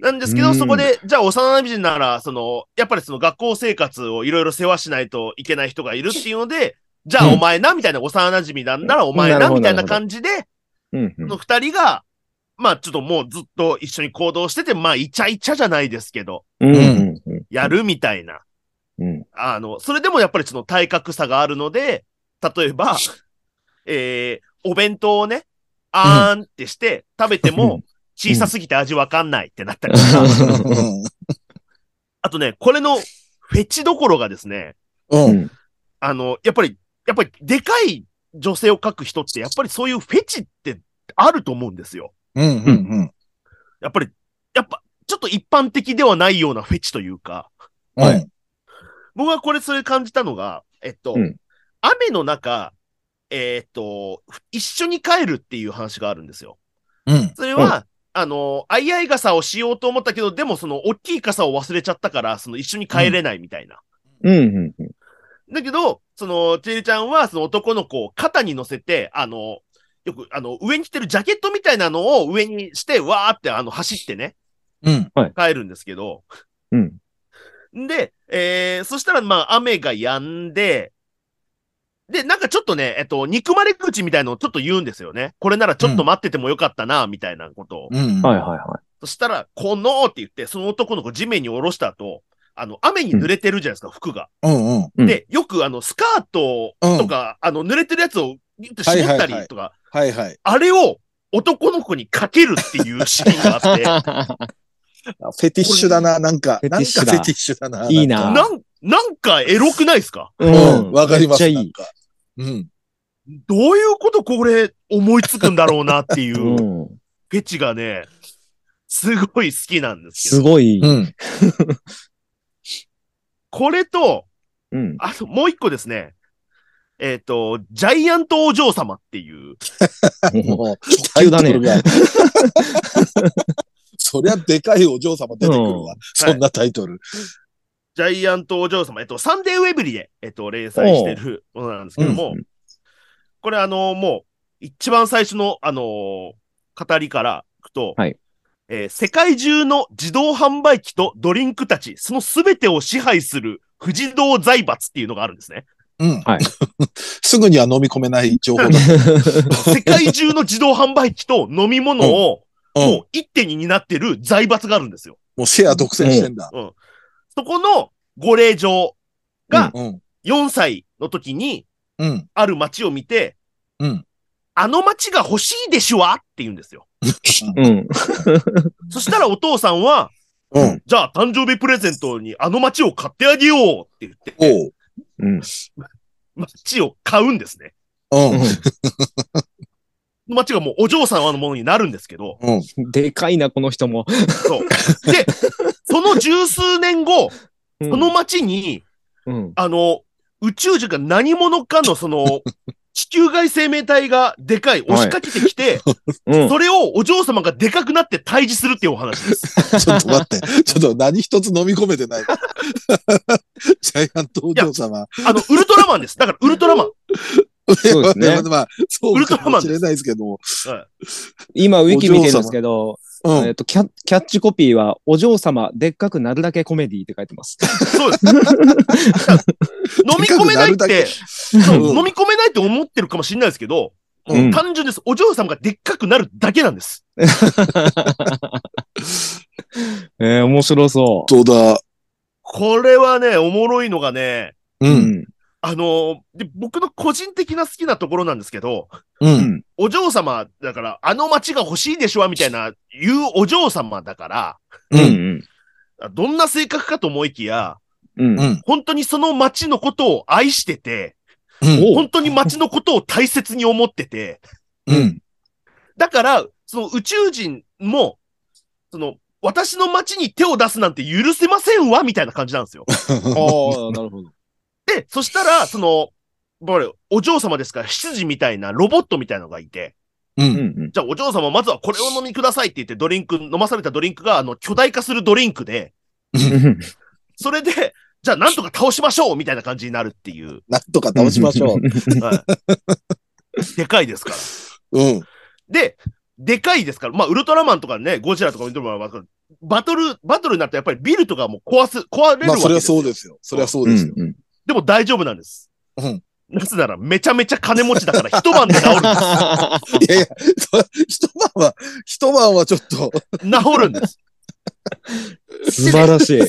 Speaker 4: なんですけど、
Speaker 3: うん
Speaker 4: そこで、じゃあ幼馴染なら、その、やっぱりその学校生活をいろいろ世話しないといけない人がいるっていうので、じゃあ
Speaker 3: うん
Speaker 4: お前な、みたいな、幼馴染なんならお前
Speaker 3: なる
Speaker 4: な、
Speaker 3: ほど
Speaker 4: みたいな感じで、
Speaker 3: うんう
Speaker 4: そ
Speaker 3: ん
Speaker 4: の二人が、まあちょっともうずっと一緒に行動してて、まあイチャイチャじゃないですけど、
Speaker 3: うんうんうん
Speaker 4: やるみたいな。
Speaker 3: うん
Speaker 4: あの、それでもやっぱりその体格差があるので、例えば、えー、お弁当をね、あーんってして食べて
Speaker 3: う
Speaker 4: も
Speaker 3: ん
Speaker 4: 小さすぎて味わかんないってなったり
Speaker 3: [laughs]
Speaker 4: とか、あとね、これのフェチどころがですね、
Speaker 2: うん。うん。
Speaker 4: あの、やっぱり、やっぱりでかい女性を描く人って、やっぱりそういうフェチってあると思うんですよ。
Speaker 2: うん。うん。
Speaker 4: やっぱり、やっぱ、ちょっと一般的ではないようなフェチというか、
Speaker 2: は
Speaker 3: はいい。
Speaker 4: 僕はこれそれ感じたのが、えっと、
Speaker 3: うん
Speaker 4: 雨の中、えーっと、一緒に帰るっていう話があるんですよ。
Speaker 2: うん。
Speaker 4: それは、あの、あいあい傘をしようと思ったけど、でもその大きい傘を忘れちゃったから、その一緒に帰れないみたいな。
Speaker 3: うんうんうん
Speaker 4: だけど、その、てるちゃんは、その男の子を肩に乗せて、あの、よく、あの、上に着てるジャケットみたいなのを上にして、わーって、あの、走ってね、
Speaker 2: うん。
Speaker 4: 帰るんですけど。
Speaker 3: うん
Speaker 4: で、えー、そしたら、まあ、雨が止んで、で、なんかちょっとね、えっと、憎まれ口みたいのをちょっと言うんですよね。これならちょっと待っててもよかったな、みたいなことを。
Speaker 2: うん。
Speaker 3: はいはいは
Speaker 4: そしたら、このって言って、その男の子地面に下ろした後、あの、雨に濡れてるじゃないですか、服が。
Speaker 2: うん。うん。
Speaker 3: うん
Speaker 4: で、よくあの、スカートとか、あの、濡れてるやつをギュッと絞ったりとか、
Speaker 2: はいはいはいはい。
Speaker 4: あれを男の子にかけるっていうシーンが
Speaker 3: [laughs]
Speaker 4: あって、
Speaker 2: フェティッシュだな、なんか。
Speaker 3: フェテ
Speaker 2: なん
Speaker 3: ィ
Speaker 2: かフ
Speaker 3: ッ
Speaker 2: ェ
Speaker 3: シュだ
Speaker 2: ティッシュだな。
Speaker 3: いいな
Speaker 4: なん、なんかエロくないですか
Speaker 3: い。
Speaker 2: うん。わかります。
Speaker 3: めっち
Speaker 2: な
Speaker 3: ゃ
Speaker 2: いん
Speaker 3: い。
Speaker 2: かうん。
Speaker 4: どういうことこれ思いつくんだろうなっていうう、
Speaker 3: ん。
Speaker 4: フェチがね、すごい好きなんですけ
Speaker 3: す
Speaker 4: ど、
Speaker 3: ごい。
Speaker 2: うん。
Speaker 4: これと、
Speaker 3: うん。
Speaker 4: あともう一個ですね、えっ、と、ジャイアントお嬢様っていう、
Speaker 2: もう、
Speaker 3: 直球だね
Speaker 2: タイトル [laughs] が。そりゃでかいお嬢様出てくるわ。そんなタイトル。
Speaker 4: ジャイアントお嬢様、えっと、サンデーウェブリで、えっと、連載してるものなんですけども、
Speaker 3: うん
Speaker 4: これあの、もう、一番最初の、あのー語りからいくと、
Speaker 3: はい
Speaker 4: えー世界中の自動販売機とドリンクたち、そのすべてを支配する不自動財閥っていうのがあるんで
Speaker 3: [laughs]
Speaker 4: すね。
Speaker 2: うん。
Speaker 3: はい
Speaker 2: [laughs] すぐには飲み込めない情報だ。 [laughs]
Speaker 4: 世界中の自動販売機と飲み物を、
Speaker 2: うん。
Speaker 4: もう一手に担ってる財閥があるんですよ。
Speaker 2: もうシェア独占してんだ。
Speaker 4: そこのご令嬢が
Speaker 2: うん。
Speaker 4: 4歳の時に
Speaker 2: うん。
Speaker 4: ある街を見て、
Speaker 2: うん。
Speaker 4: あの町が欲しいでしゅわって言うんですよ。
Speaker 3: うん。
Speaker 4: そしたらお父さんは、
Speaker 2: うん。
Speaker 4: じゃあ誕生日プレゼントにあの町を買ってあげようって言って、
Speaker 2: おう。
Speaker 3: うん。
Speaker 4: 町を買うんですね。
Speaker 2: う
Speaker 4: 町がもうお嬢さんのものになるんですけど、
Speaker 2: ん。うん。
Speaker 3: でかいな、この人も。
Speaker 4: そう。で、その十数年後、
Speaker 3: うん
Speaker 4: その町に、
Speaker 3: うん。
Speaker 4: あの、宇宙人が何者かのその、地球外生命体がでかい、押しかけてきて、
Speaker 3: うん。
Speaker 4: それをお嬢様がでかくなって退治するっていうお話です。
Speaker 2: ちょっと待って。ちょっと何一つ飲み込めてない。 [laughs] ジャイアントお嬢様。
Speaker 4: あの、ウルトラマンです。だからウルトラマン。
Speaker 3: そうですね
Speaker 2: [laughs] まあまあ、そう
Speaker 4: ウルト
Speaker 2: か
Speaker 4: ラ
Speaker 2: も
Speaker 4: マン
Speaker 2: し
Speaker 4: です
Speaker 2: れないですけど。
Speaker 3: 今、ウィキ見てるんですけど、
Speaker 2: う
Speaker 3: えっ
Speaker 2: ん。
Speaker 3: と、キャキャッチコピーは、お嬢様、でっかくなるだけコメディって書いてます。
Speaker 4: そ
Speaker 2: [laughs]
Speaker 4: うです。飲み込めない
Speaker 2: でかくなる
Speaker 4: っ
Speaker 2: だけ
Speaker 4: て、そう飲み込めないって思ってるかもしれないですけど、
Speaker 3: うん
Speaker 4: 単純です。お嬢様がでっかくなるだけなんです。
Speaker 3: [laughs] えー、面白そ
Speaker 2: そうだ。
Speaker 4: これはね、おもろいのがね、
Speaker 2: う。
Speaker 3: う。うんん。
Speaker 4: あのーで、僕の個人的な好きなところなんですけど、
Speaker 2: うん。
Speaker 4: お嬢様だから、あの街が欲しいでしょみたいな、言うお嬢様だか
Speaker 2: う。
Speaker 3: うんん。
Speaker 4: ら、どんな性格かと思いきや、
Speaker 3: うん。
Speaker 2: うん。
Speaker 4: 本当にその街のことを愛してて、
Speaker 2: うん。
Speaker 4: 本当に街のことを大切に思ってて、
Speaker 2: うん。
Speaker 4: だから、その宇宙人も、その、私の街に手を出すなんて許せませんわ、みたいな感じなんですよ。
Speaker 3: ああ、なるほど。
Speaker 4: で、そしたら、その、ぼれお嬢様ですから、執事みたいなロボットみたいなのがいて、
Speaker 2: うん
Speaker 3: う。ん。
Speaker 4: じゃあお嬢様まずはこれを飲みくださいって言ってドリンク、飲まされたドリンクが、あの、巨大化するドリンクで、
Speaker 3: うん。
Speaker 4: それで、じゃあなんとか倒しましょうみたいな感じになるっていう。
Speaker 2: なんとか倒しましょ
Speaker 4: はいでかいですから。
Speaker 2: う。うん。
Speaker 4: で、でかいですから、まあ、ウルトラマンとかね、ゴジラとか見てもらえば分かるバトル、バトルになったらやっぱりビルとかも壊す、壊れる
Speaker 2: ま
Speaker 4: わ
Speaker 2: あ、
Speaker 4: けですよ。
Speaker 2: それはそうですよ。それはそうですよ。
Speaker 3: うん。
Speaker 4: でも大丈夫なんです。
Speaker 2: うん
Speaker 4: なぜならめちゃめちゃ金持ちだから一晩で治るんで
Speaker 2: いやいや、 [laughs] そ一晩は、一晩はちょっと、
Speaker 4: す。治るんです。
Speaker 3: 素晴らしい。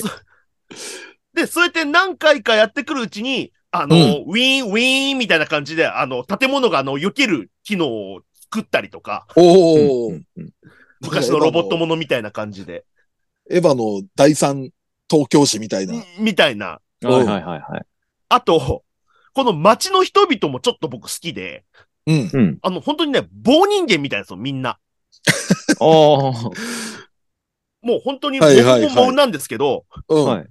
Speaker 4: で、そうやって何回かやってくるうちに、あの、ウィーン、ウィーンみたいな感じで、あの、建物があの、避ける機能を作ったりとか、
Speaker 2: おお、
Speaker 3: うんうん
Speaker 4: 昔のロボットものみたいな感じで、
Speaker 2: エヴァの第三東京市みたいな。
Speaker 4: みたいな。
Speaker 3: うんはいはいはいはい。
Speaker 4: あと、この街の人々もちょっと僕好きで、
Speaker 2: うん。
Speaker 3: うん。
Speaker 4: あの、本当にね、棒人間みたいなんですよ、みんな。
Speaker 3: あ
Speaker 4: もう本当にモ
Speaker 2: はい
Speaker 4: ブ
Speaker 2: はいはい
Speaker 4: もモブなんですけど、
Speaker 2: う
Speaker 3: あ。
Speaker 2: ん。
Speaker 3: はい。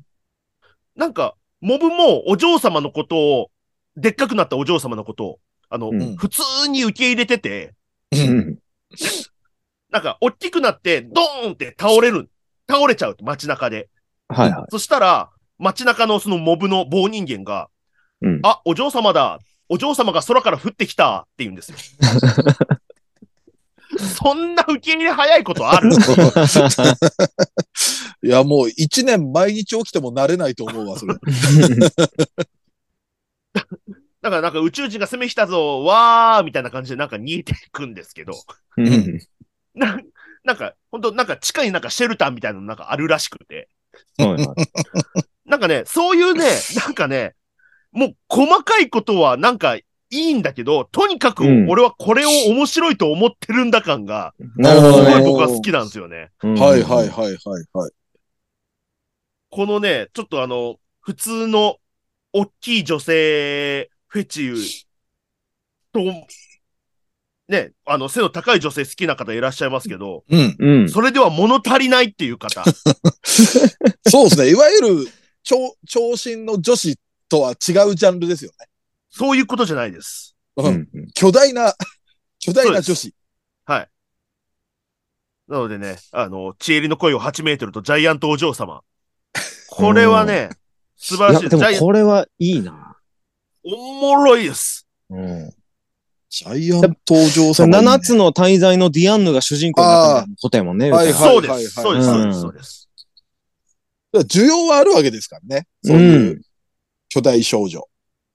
Speaker 4: なんか、モブもお嬢様のことを、でっかくなったお嬢様のことを、あの、
Speaker 3: うん
Speaker 4: 普通に受け入れてて、
Speaker 3: うん
Speaker 4: なんか、大きくなって、ドーンって倒れる。倒れちゃう、街中で。
Speaker 3: はいは
Speaker 4: そしたら、街中のそのモブの棒人間が、
Speaker 3: い。うん。
Speaker 4: あ、お嬢様だ。お嬢様が空から降ってきたって言う
Speaker 2: [laughs]
Speaker 4: んですよ。そんな受け入れ早いことある
Speaker 2: [laughs] いや、もう一年毎日起きても慣れないと思うわ、それ。
Speaker 4: だからなんか宇宙人が攻めきたぞ、わーみたいな感じでなんか逃げていくんですけど、 [laughs]
Speaker 3: うん
Speaker 4: ななんか、ほんとなんか地下になんかシェルターみたいなのなんかあるらしくて、
Speaker 3: はい [laughs] はい
Speaker 4: なんかね、そういうね、
Speaker 3: [laughs]
Speaker 4: なんかね、もう細かいことはなんかいいんだけど、とにかく
Speaker 3: うん
Speaker 4: 俺はこれを面白いと思ってるんだ感が、
Speaker 3: なるほ
Speaker 4: す
Speaker 3: ど
Speaker 4: ごい
Speaker 3: ね
Speaker 4: 僕は好きなんですよね。
Speaker 3: うん。
Speaker 2: はいはいはいはいはい。
Speaker 4: このね、ちょっとあの、普通の、大きい女性フェチと、ね、あの、背の高い女性好きな方いらっしゃいますけど、
Speaker 2: うん。
Speaker 3: うん。
Speaker 4: それでは物足りないっていう方。 [laughs]
Speaker 2: そうですね。いわゆる、長、長身の女子とは違うジャンルですよね。
Speaker 4: そういうことじゃないです。
Speaker 2: う。
Speaker 3: うんんうん
Speaker 2: 巨大な、巨大な女子。
Speaker 4: なのでね、あの、チエリの声を8メートルとジャイアントお嬢様。これはね、素晴
Speaker 3: い
Speaker 4: ら
Speaker 3: や、
Speaker 4: しい
Speaker 3: で
Speaker 4: で。
Speaker 3: す
Speaker 4: ジ
Speaker 3: も
Speaker 4: ャイアン
Speaker 3: これはいいな。
Speaker 4: おもろいです。
Speaker 3: うん。
Speaker 2: ジャイアントお嬢様。
Speaker 3: 7つの滞在のディアンヌが主人公になったことやもんね。
Speaker 2: はい
Speaker 4: そうで
Speaker 2: はい
Speaker 4: す。そ
Speaker 2: は
Speaker 4: うで
Speaker 3: い
Speaker 4: す。
Speaker 3: はい
Speaker 4: そうです。そうです。
Speaker 2: 需要はあるわけですからね。そういう巨大少女。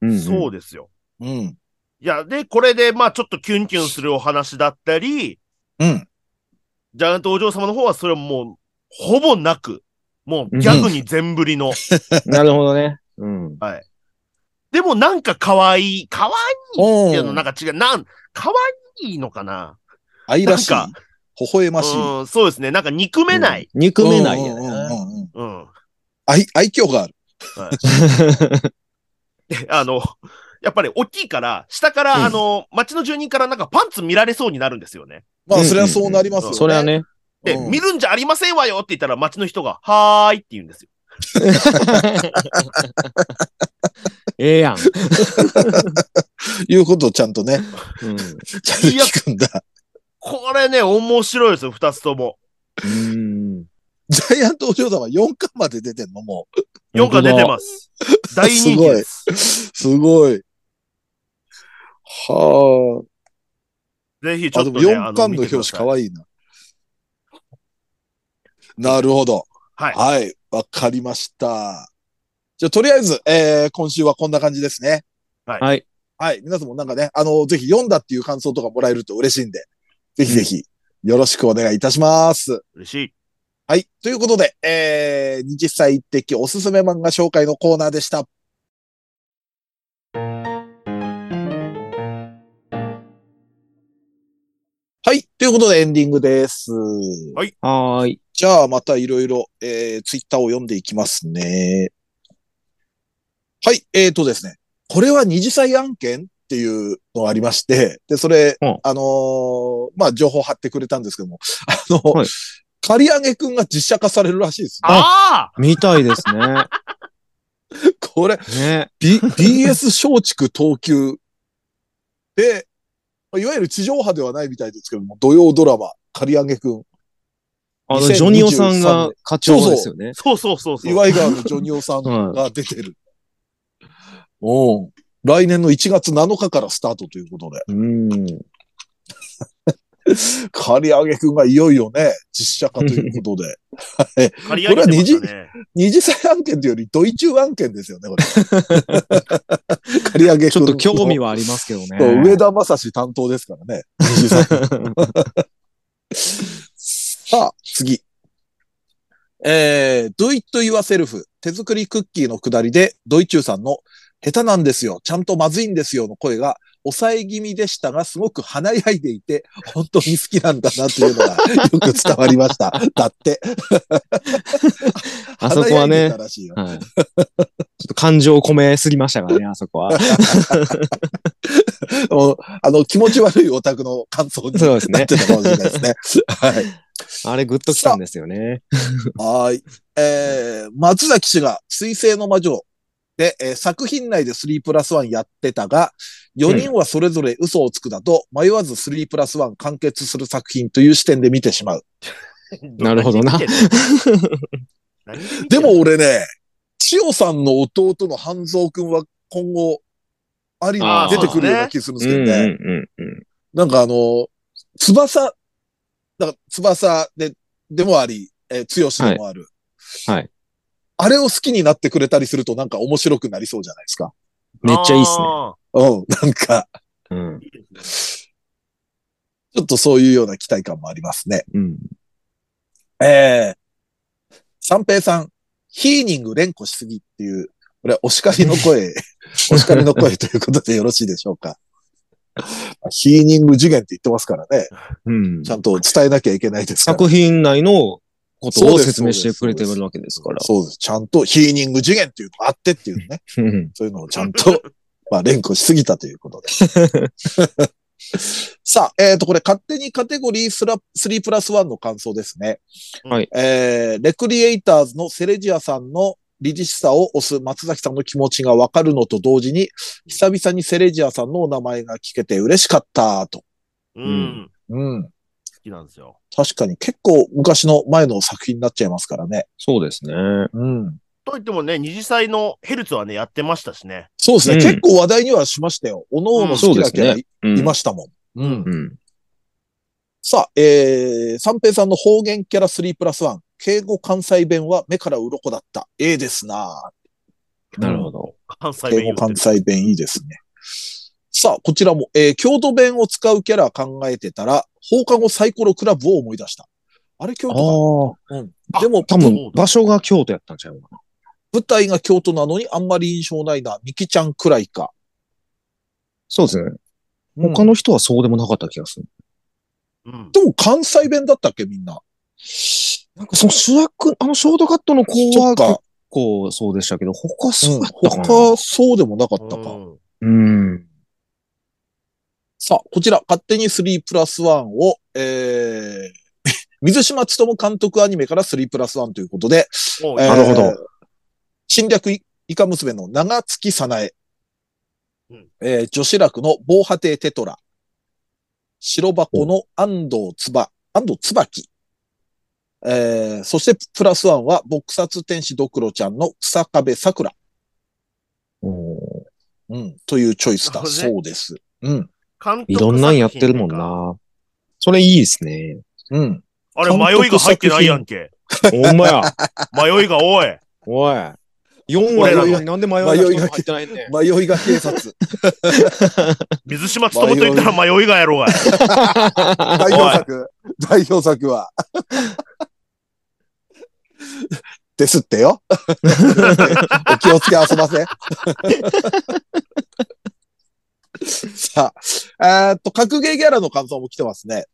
Speaker 3: うん。
Speaker 4: そううですよ。
Speaker 2: うん。
Speaker 4: いや、で、これで、まあ、ちょっとキュンキュンするお話だったり、
Speaker 2: うん。
Speaker 4: ジャイアントお嬢様の方はそれはもう、ほぼなく、もうギャグに全振りの。
Speaker 3: ん。なるほどね。うん。
Speaker 4: でもなんか可愛い、可愛いっていうのなんか違う、なん、可愛いのかな
Speaker 2: 愛らしい。
Speaker 4: な
Speaker 2: 微
Speaker 4: ん
Speaker 2: 笑ましい。
Speaker 4: うん、そうですね。なんか憎めない。
Speaker 3: うん。憎めないよ
Speaker 2: うんうん
Speaker 3: ね。
Speaker 2: うんうん
Speaker 4: うん。 [laughs]
Speaker 2: 愛、愛嬌がある。
Speaker 4: であの、やっぱり大きいから、下か
Speaker 2: う
Speaker 4: ら、
Speaker 2: ん
Speaker 4: あの、街の住人からなんかパンツ見られそうになるんですよね。
Speaker 2: ま
Speaker 3: う
Speaker 2: あ、
Speaker 3: んうんうん
Speaker 2: それはそうなりますよね。
Speaker 3: それは。ね。
Speaker 4: で、
Speaker 2: うん
Speaker 4: 見るんじゃありませんわよって言ったら街の人が、はーいって言うんですよ。
Speaker 3: [laughs] ええやん。
Speaker 2: いうことをちゃんとね、
Speaker 3: うん
Speaker 2: ちゃんと聞くんだ。
Speaker 4: これね、面白いですよ、二つとも。
Speaker 3: うん。
Speaker 2: ジャイアントお嬢様4巻まで出てんのも
Speaker 4: 4巻出てます。大人気です。
Speaker 2: う、 [laughs] すごい。は
Speaker 4: ぜひち
Speaker 2: あ。
Speaker 4: ょ
Speaker 2: あ、で
Speaker 4: っと、
Speaker 2: も
Speaker 4: ね、あ
Speaker 2: 4巻
Speaker 4: 見
Speaker 2: の表
Speaker 4: てくだ
Speaker 2: 紙
Speaker 4: さ
Speaker 2: かわいいな。なるほど。
Speaker 4: はい
Speaker 2: はい。わかりました。じゃあ、とりあえず、えー、今週はこんな感じですね。
Speaker 4: はい
Speaker 3: はい。
Speaker 2: はい。皆さんもなんかね、あの、ぜひ読んだっていう感想とかもらえると嬉しいんで、ぜひぜひ、よろしくお願いいたします。
Speaker 4: 嬉しい。
Speaker 2: はい。ということで、えー、20歳一滴おすすめ漫画紹介のコーナーでした。はい。ということでエンディングです。
Speaker 3: はーい。
Speaker 2: じゃあ、またいろいろ、えー、ツイッターを読んでいきますね。はい。えーとですね。これは二次災案件っていうのがありまして、で、それ、
Speaker 3: うん
Speaker 2: あのーまあ、情報貼ってくれたんですけども、あの、
Speaker 3: はい
Speaker 2: 刈り上げくんが実写化されるらしいですね。
Speaker 4: ああ
Speaker 3: みたいですね。
Speaker 2: これ、
Speaker 3: ね。
Speaker 2: B、BS 松竹東急で、まあいわゆる地上波ではないみたいですけども、土曜ドラマ、刈り上げくん。
Speaker 3: あの、
Speaker 2: 2023
Speaker 3: ジョニオさんが課長ですよね。
Speaker 4: そうそうそうそう。
Speaker 2: 岩井川のジョニオさん
Speaker 3: は
Speaker 2: が出てる。おう来年の1月7日からスタートということで。
Speaker 3: い。うん。
Speaker 2: 刈り上げくんがいよいよね、実写化ということで。 [laughs]
Speaker 4: 借り上げてましたね。
Speaker 2: 二次災案件というより、ドイ中案件ですよね、これ。
Speaker 3: [laughs]
Speaker 2: 刈り上げくん
Speaker 3: ちょっと興味
Speaker 2: は、
Speaker 3: はありますけどね。
Speaker 2: そう上田正史担当ですから
Speaker 3: [laughs]
Speaker 2: ね。二次災案さあ、次。えー、do it yourself 手作りクッキーのくだりで、ドイチューさんの下手なんですよ、ちゃんとまずいんですよの声が抑え気味でしたが、すごく華やいでいて、本当に好きなんだなというのがよく伝わりま
Speaker 3: [laughs]
Speaker 2: した。だって。
Speaker 3: あそこは
Speaker 2: 華やいで
Speaker 3: ね
Speaker 2: たらしいよ
Speaker 3: はい。ちょっと感情を込めすぎましたからね、あそこ [laughs] は。
Speaker 2: もうあの、気持ち悪いオタクの感想に
Speaker 3: そうです
Speaker 2: なっ
Speaker 3: ね。
Speaker 2: てたかもしれないです
Speaker 3: [laughs]
Speaker 2: ね。はい。
Speaker 3: あれグッときたんですよね。
Speaker 2: はい。えー、松崎氏が水星の魔女で、えー作品内で3プラス1やってたが、4人はそれぞれ嘘をつくだと、迷わず3プラス1完結する作品という視点で見てしまう。
Speaker 3: なるほどな
Speaker 4: 何見てんの。何見てんの
Speaker 2: でも、俺ね、千代さんの弟の半蔵くんは今後、あり
Speaker 3: あー
Speaker 2: 出てくるような気するんですけどね。
Speaker 3: んうんうん。
Speaker 2: なんかあの、翼、だから翼で、でもあり、えー、強しでもある。
Speaker 3: はいはい
Speaker 2: あれを好きになってくれたりするとなんか面白くなりそうじゃないですか。
Speaker 3: [laughs] めっちゃいいっすね。
Speaker 4: あ
Speaker 2: うん、なんか、
Speaker 3: うん。
Speaker 4: ーいいですね。
Speaker 2: ちょっとそういうような期待感もありますね。
Speaker 3: うん。
Speaker 2: えー、三平さん、ヒーニング連呼しすぎっていう、これはお叱りの
Speaker 3: [laughs]
Speaker 2: 声、お叱りの声ということでよろしいでしょうか。ヒーニング次元って言ってますからね。
Speaker 3: うん
Speaker 2: ちゃんと伝えなきゃいけないですから。
Speaker 3: 作品内のことを説明してくれてるわけですから。
Speaker 2: そうです。ちゃんとヒーニング次元っていうのがあってっていうね。
Speaker 3: うん
Speaker 2: そういうのをちゃん
Speaker 3: [laughs]
Speaker 2: と、まあ、連呼しすぎたということで。さあ、えっ、と、これ、勝手にカテゴリースラ3プラス1の感想ですね。
Speaker 3: はい
Speaker 2: えーレクリエイターズのセレジアさんの理事しさを押す松崎さんの気持ちがわかるのと同時に、久々にセレジアさんのお名前が聞けて嬉しかった、と。
Speaker 4: うんん。
Speaker 2: うん。
Speaker 4: 好きなんですよ。
Speaker 2: 確かに結構昔の前の作品になっちゃいますからね。
Speaker 3: そうですね。
Speaker 2: うん。
Speaker 4: と言ってもね、二次祭のヘルツはね、やってましたしね。
Speaker 2: そうですね。
Speaker 3: うん
Speaker 2: 結構話題にはしましたよ。おのおの好きなキャラい,、
Speaker 3: うん
Speaker 2: ましたもん。うん
Speaker 3: うん。
Speaker 2: さあ、えー、三平さんの方言キャラ3プラス1。敬語関西弁は目から鱗だった。ええですな
Speaker 3: なるほど。
Speaker 4: 関西
Speaker 2: 敬
Speaker 4: 弁言
Speaker 2: 語
Speaker 4: うて
Speaker 2: 関
Speaker 4: る。
Speaker 2: 西弁いいですね。さあ、こちらも、えー、京都弁を使うキャラ考えてたら、放課後サイコロクラブを思い出した。あれ京
Speaker 3: ああ
Speaker 2: 都
Speaker 3: ー。
Speaker 2: か。でも、
Speaker 3: 多
Speaker 4: そう
Speaker 3: 分、
Speaker 4: だ
Speaker 3: 場所が京都やったんちゃうかな。
Speaker 2: 舞台が京都なのにあんまり印象ないな。ミキちゃんくらいか。
Speaker 3: そうですね。
Speaker 2: うん
Speaker 3: 他の人はそうでもなかった気がする。
Speaker 4: うん。
Speaker 2: でも関西弁だったっけ、みんな。
Speaker 3: なんかその主役、あのショートカットの子
Speaker 2: そ
Speaker 3: は
Speaker 2: っか
Speaker 3: 結構そうでしたけど、他そう
Speaker 2: うん
Speaker 3: だったかな。
Speaker 2: 他、そうでもなかったか。
Speaker 4: うん
Speaker 3: うん。
Speaker 2: さあ、こちら、勝手に3プラス1を、えー、 [laughs] 水島つとも監督アニメから3プラス1ということで、
Speaker 4: もう
Speaker 2: えー
Speaker 3: なるほど。
Speaker 2: 侵略いイカ娘の長月さなえ、
Speaker 4: うん
Speaker 2: えー女子楽の防波堤テトラ、白箱の安藤つば、安藤つばき、えー、そしてプラス1は、撲殺天使ドクロちゃんの草壁さくら、
Speaker 3: おー
Speaker 2: うん、というチョイスだ
Speaker 4: なるほどね
Speaker 2: そうです。うん、
Speaker 4: 監督
Speaker 3: いろんなんやってるもん
Speaker 4: 作
Speaker 3: な。それいいですね。
Speaker 2: うん。
Speaker 4: 品か。あれ、迷いが入ってないやんけ。
Speaker 3: ほんまや。
Speaker 4: 迷いが多い。
Speaker 3: おい。4話なのになんで迷いが
Speaker 2: 迷いが
Speaker 3: 入ってないねん。
Speaker 2: 迷いが警察。
Speaker 4: 水島つともと言ったら迷いがやろうが。
Speaker 2: 代表作。代表作は。 [laughs] ですってよ。 [laughs] お気をつけ遊ばせ。 [laughs] さあ、えーっと、格ゲーギャラの感想も来てますね。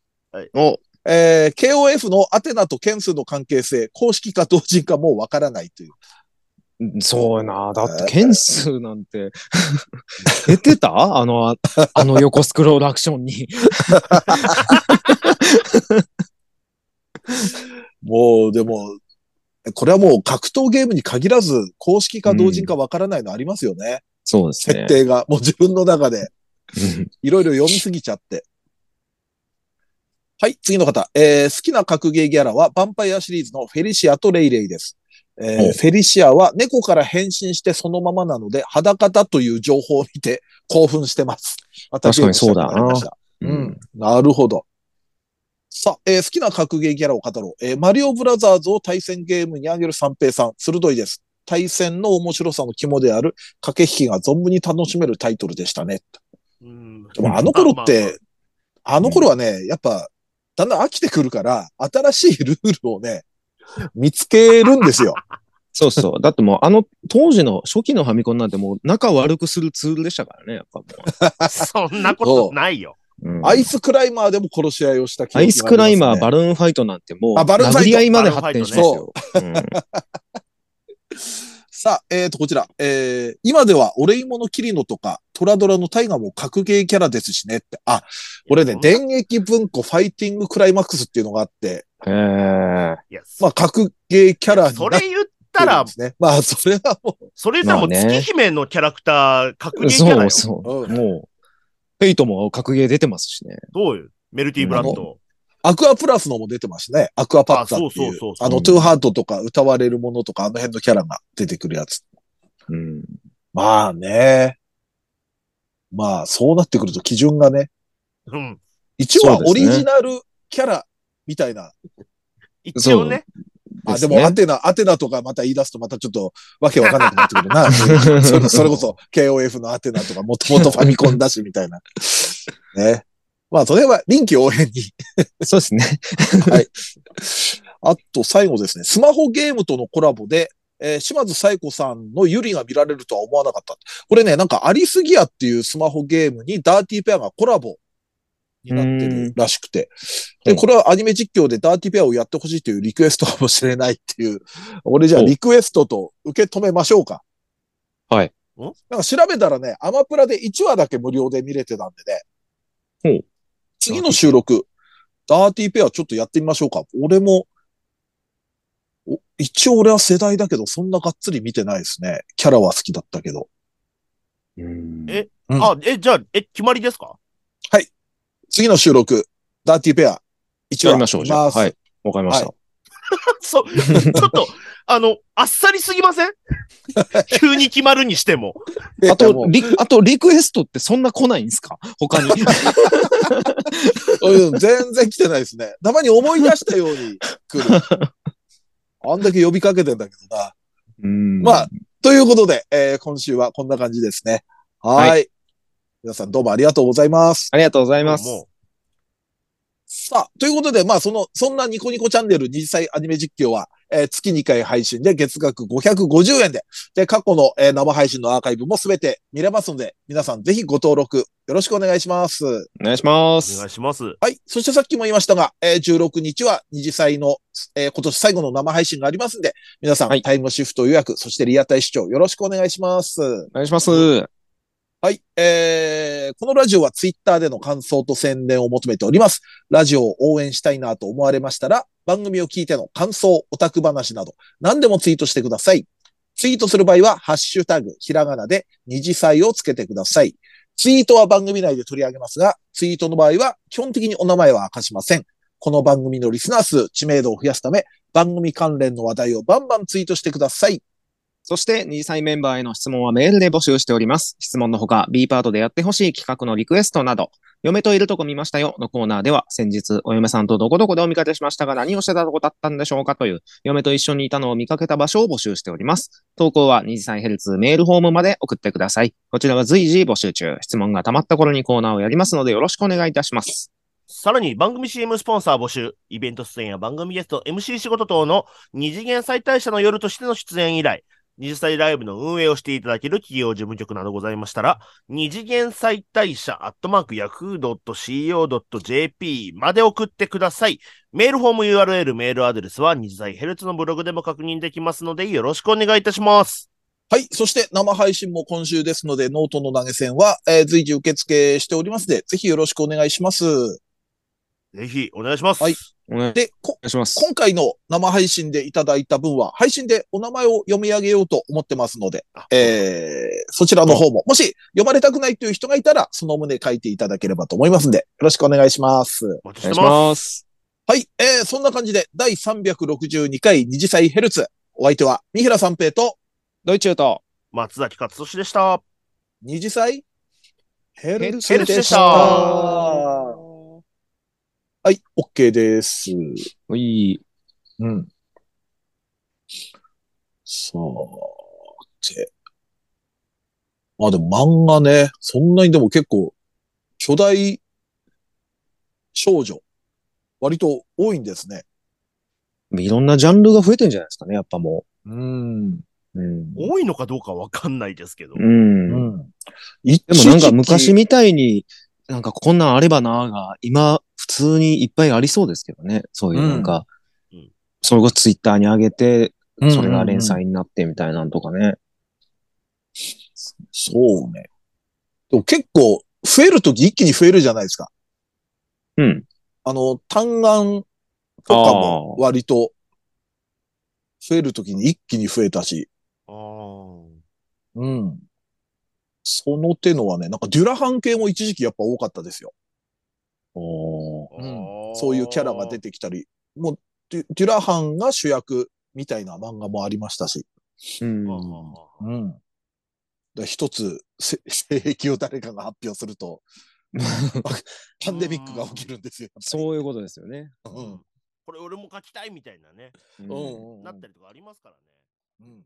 Speaker 3: お、
Speaker 2: えー KOF のアテナと件数の関係性、公式か同人かもうわからないという。
Speaker 3: [laughs] そうやな。だって、件数なん [laughs] て、出てたあの、あの横スクロールアクションに。
Speaker 2: もう、でも、これはもう格闘ゲームに限らず、公式か同人かわからないのありますよね。
Speaker 3: そうです
Speaker 2: 設
Speaker 3: ね。
Speaker 2: 定が。もう自分の中で。いろいろ読みすぎちゃって。はい、次の方。えー好きな格ゲーギャラは、ヴァンパイアシリーズのフェリシアとレイレイです。えー
Speaker 3: お
Speaker 2: フェリシアは猫から変身してそのままなので、裸だという情報を見て興奮してます。また
Speaker 3: 確かにそうだな
Speaker 2: ゲームしたくなりました
Speaker 3: うん
Speaker 2: うん。なるほど。さあ、えー好きな格ゲーキャラを語ろう。えーマリオブラザーズを対戦ゲームにあげる三平さん、鋭いです。対戦の面白さの肝である駆け引きが存分に楽しめるタイトルでしたね。
Speaker 4: うん。
Speaker 2: でもあの頃っ
Speaker 4: まあま
Speaker 2: て、あの頃はね、やっぱ、だんだん飽きてくるから、新しいルールをね、見つけるんですよ。
Speaker 3: そうそう。だってもう、あの、当時の初期のファミコンなんてもう、仲悪くするツールでしたからね、やっぱも
Speaker 4: そんなことないよ。
Speaker 3: う。うん
Speaker 2: アイスクライマーでも殺し合いをした記憶があ
Speaker 3: ア
Speaker 2: りま
Speaker 3: イ
Speaker 2: す
Speaker 3: ス
Speaker 2: ね
Speaker 3: クライマー、バルーンファイトなんてもう、
Speaker 2: あバルーンファイト
Speaker 3: 殴り合いまで発展してますよ。
Speaker 2: さあ、えっ、と、こちら。えー、今では、お礼物キリノとか、トラドラのタイガも格ゲーキャラですしねって。あ、これね、
Speaker 4: いや
Speaker 2: 電撃文庫ファイティングクライマックスっていうのがあって、
Speaker 3: うんへえ。
Speaker 4: いや、
Speaker 2: まあ、格ゲーキャラにな
Speaker 4: そ
Speaker 2: って
Speaker 4: れ
Speaker 2: るん
Speaker 4: 言ったら
Speaker 2: で、すね。まあ、それはも
Speaker 4: それ言ったらもう
Speaker 3: まあね
Speaker 4: 月姫のキャラクター、格ゲーキャラ
Speaker 3: そ
Speaker 4: よ
Speaker 3: う。
Speaker 2: [laughs]
Speaker 3: そう。
Speaker 2: う、うん
Speaker 3: もう、ペイトも格ゲー出てますしね。
Speaker 4: どうよ。メルティーブラッド。
Speaker 2: アクアプラスのも出てましたね。アクアパッツァってい
Speaker 4: あそう
Speaker 2: う。
Speaker 4: そうそうそう
Speaker 2: あの、トゥーハートとか歌われるものとか、あの辺のキャラが出てくるやつ。
Speaker 3: うん。
Speaker 2: まあね。まあ、そうなってくると基準がね。
Speaker 4: うん。
Speaker 2: 一応は
Speaker 3: そう
Speaker 2: オ
Speaker 3: です
Speaker 2: リ
Speaker 3: ね
Speaker 2: ジナルキャラみたいな
Speaker 4: 一応ね。
Speaker 2: あ、
Speaker 3: で
Speaker 2: ですも、
Speaker 3: ね
Speaker 2: アテナ、アテナとかまた言い出すとまたちょっとわけわかんなくなってくる
Speaker 3: [laughs]
Speaker 2: な。それそれこそ、KOF のアテナとか、もともとファミコンだし、みたいな。ね。まあ、それは臨機応変に。
Speaker 3: そうですね。
Speaker 2: あと、最後ですね。スマホゲームとのコラボで、えー島津彩子さんのユリが見られるとは思わなかった。これね、なんか、アリスギアっていうスマホゲームにダーティーペアがコラボになってるらしくて。
Speaker 3: う
Speaker 2: で、
Speaker 3: ん
Speaker 2: これはアニメ実況でダーティペアをやってほしいというリクエストかもしれないっていう。俺じゃあ
Speaker 3: お
Speaker 2: リクエストと受け止めましょうか。
Speaker 3: はい。
Speaker 4: ん
Speaker 2: なんか調べたらね、アマプラで1話だけ無料で見れてたんでね。
Speaker 3: ほう
Speaker 2: 次の収録、ダーティペアちょっとやってみましょうか。俺も、お一応俺は世代だけど、そんながっつり見てないですね。キャラは好きだったけど。
Speaker 4: え
Speaker 2: うん
Speaker 4: あ、え、じゃあ、え、決まりですか [laughs]
Speaker 2: 次の収録、ダーティペア、一応
Speaker 3: やりましょう、じゃあ。はい。わかりました。
Speaker 2: は
Speaker 4: そ、 [laughs] ちょっと、あの、あっさりすぎません [laughs] 急に決まるにしても。
Speaker 2: えー
Speaker 3: あと、リ、あと、リクエストってそんな来ないんですか他に。 [laughs]
Speaker 2: うん、全然来てないですね。たまに思い出したように来る。
Speaker 3: [laughs]
Speaker 2: あんだけ呼びかけてんだけどな。
Speaker 3: うん
Speaker 2: まあ、ということで、えー今週はこんな感じですね。はい
Speaker 3: は
Speaker 2: 皆さんどうもありがとうございます。
Speaker 3: ありがとうございます。
Speaker 4: も
Speaker 2: さあ、ということで、まあ、その、そんなニコニコチャンネル二次祭アニメ実況は、えー月2回配信で月額550円で、で、過去の、えー生配信のアーカイブもすべて見れますので、皆さんぜひご登録よろしくお願いします。
Speaker 3: お願いしま
Speaker 4: うお
Speaker 3: す
Speaker 4: 願。いします。
Speaker 2: はい。そしてさっきも言いましたが、えー16日は二次祭の、えー今年最後の生配信がありますんで、皆さん、
Speaker 3: はい
Speaker 2: タイムシフト予約、そしてリアタイ視聴よろしくお願いします。
Speaker 3: お願いします。
Speaker 2: はい。えー、このラジオはツイッターでの感想と宣伝を求めております。ラジオを応援したいなと思われましたら、番組を聞いての感想、オタク話など、何でもツイートしてください。ツイートする場合は、ハッシュタグ、ひらがなで、二次祭をつけてください。ツイートは番組内で取り上げますが、ツイートの場合は、基本的にお名前は明かしません。この番組のリスナー数、知名度を増やすため、番組関連の話題をバンバンツイートしてください。
Speaker 3: そして、二次祭メンバーへの質問はメールで募集しております。質問のほか、B パートでやってほしい企画のリクエストなど、嫁といるとこ見ましたよのコーナーでは、先日、お嫁さんとどこどこでお見かけしましたが、何をしてたとこだったんでしょうかという、嫁と一緒にいたのを見かけた場所を募集しております。投稿は二次祭ヘルツメールフォームまで送ってください。こちらは随時募集中。質問が溜まった頃にコーナーをやりますので、よろしくお願いいたします。
Speaker 4: さらに番組 CM スポンサー募集、イベント出演や番組ゲスト、MC 仕事等の二次元再大社の夜としての出演以来、二次祭ライブの運営をしていただける企業事務局などございましたら、二次元再大社アットマークヤフー .co.jp まで送ってください。メールフォーム URL、メールアドレスは二次祭ヘルツのブログでも確認できますので、よろしくお願いいたします。
Speaker 2: はい。そして生配信も今週ですので、ノートの投げ銭は、えー随時受付しておりますので、ぜひよろしくお願いします。
Speaker 4: ぜひお願いします。
Speaker 2: はい
Speaker 3: お願い
Speaker 2: で、こ、
Speaker 3: します。
Speaker 2: 今回の生配信でいただいた分は、配信でお名前を読み上げようと思ってますので、えーそちらの方も、もし読まれたくないという人がいたら、その旨書いていただければと思いますので、よろしくお願いします。
Speaker 4: お待
Speaker 3: お願
Speaker 4: ちし
Speaker 3: い
Speaker 4: て
Speaker 3: し
Speaker 4: ます。
Speaker 3: ます。
Speaker 2: はい。えーそんな感じで、第362回二次祭ヘルツ。お相手は、三平三平と、
Speaker 3: ドイチューと、
Speaker 4: 松崎勝利でした。
Speaker 2: 二次祭ヘルツ
Speaker 4: ヘルツで
Speaker 2: で
Speaker 4: し
Speaker 2: したた。ははい、OK です。
Speaker 3: いい。
Speaker 2: うん。さあ、て。あ、でも漫画ね、そんなにでも結構、巨大少女、割と多いんですね。
Speaker 3: いろんなジャンルが増えてんじゃないですかね、やっぱも
Speaker 2: うん。
Speaker 3: う。うん。
Speaker 4: 多いのかどうかわかんないですけど。
Speaker 3: うん。
Speaker 2: うん。一
Speaker 3: でもなんか昔
Speaker 2: 時期
Speaker 3: みたいに、なんかこんなんあればなーが、今普通にいっぱいありそうですけどね。そういうなんか、
Speaker 4: うんうん
Speaker 3: それこそツイッターに上げて、
Speaker 2: うんうんうん
Speaker 3: それが連載になってみたいなんとかね。
Speaker 2: そうね。でも結構、増えるとき一気に増えるじゃないですか。
Speaker 3: うん。
Speaker 2: あの、単眼とかも割と、増えるときに一気に増えたし、
Speaker 4: あー
Speaker 2: うん。その手のはね、なんかデュラハン系も一時期やっぱ多かったですよ。
Speaker 3: おー
Speaker 4: あー
Speaker 2: そういうキャラが出てきたり。もうデュ、デュラハンが主役みたいな漫画もありましたし。
Speaker 3: うん
Speaker 4: あーあ
Speaker 2: うん。だから一つ、せ [laughs] 性癖を誰かが発表すると、パンデミックが起きるんですよ。
Speaker 3: そういうことですよね。
Speaker 2: う
Speaker 4: ー
Speaker 2: ん。
Speaker 4: これ俺も書きたいみたいなね、
Speaker 2: うん。
Speaker 4: なったりとかありますからね。
Speaker 2: うん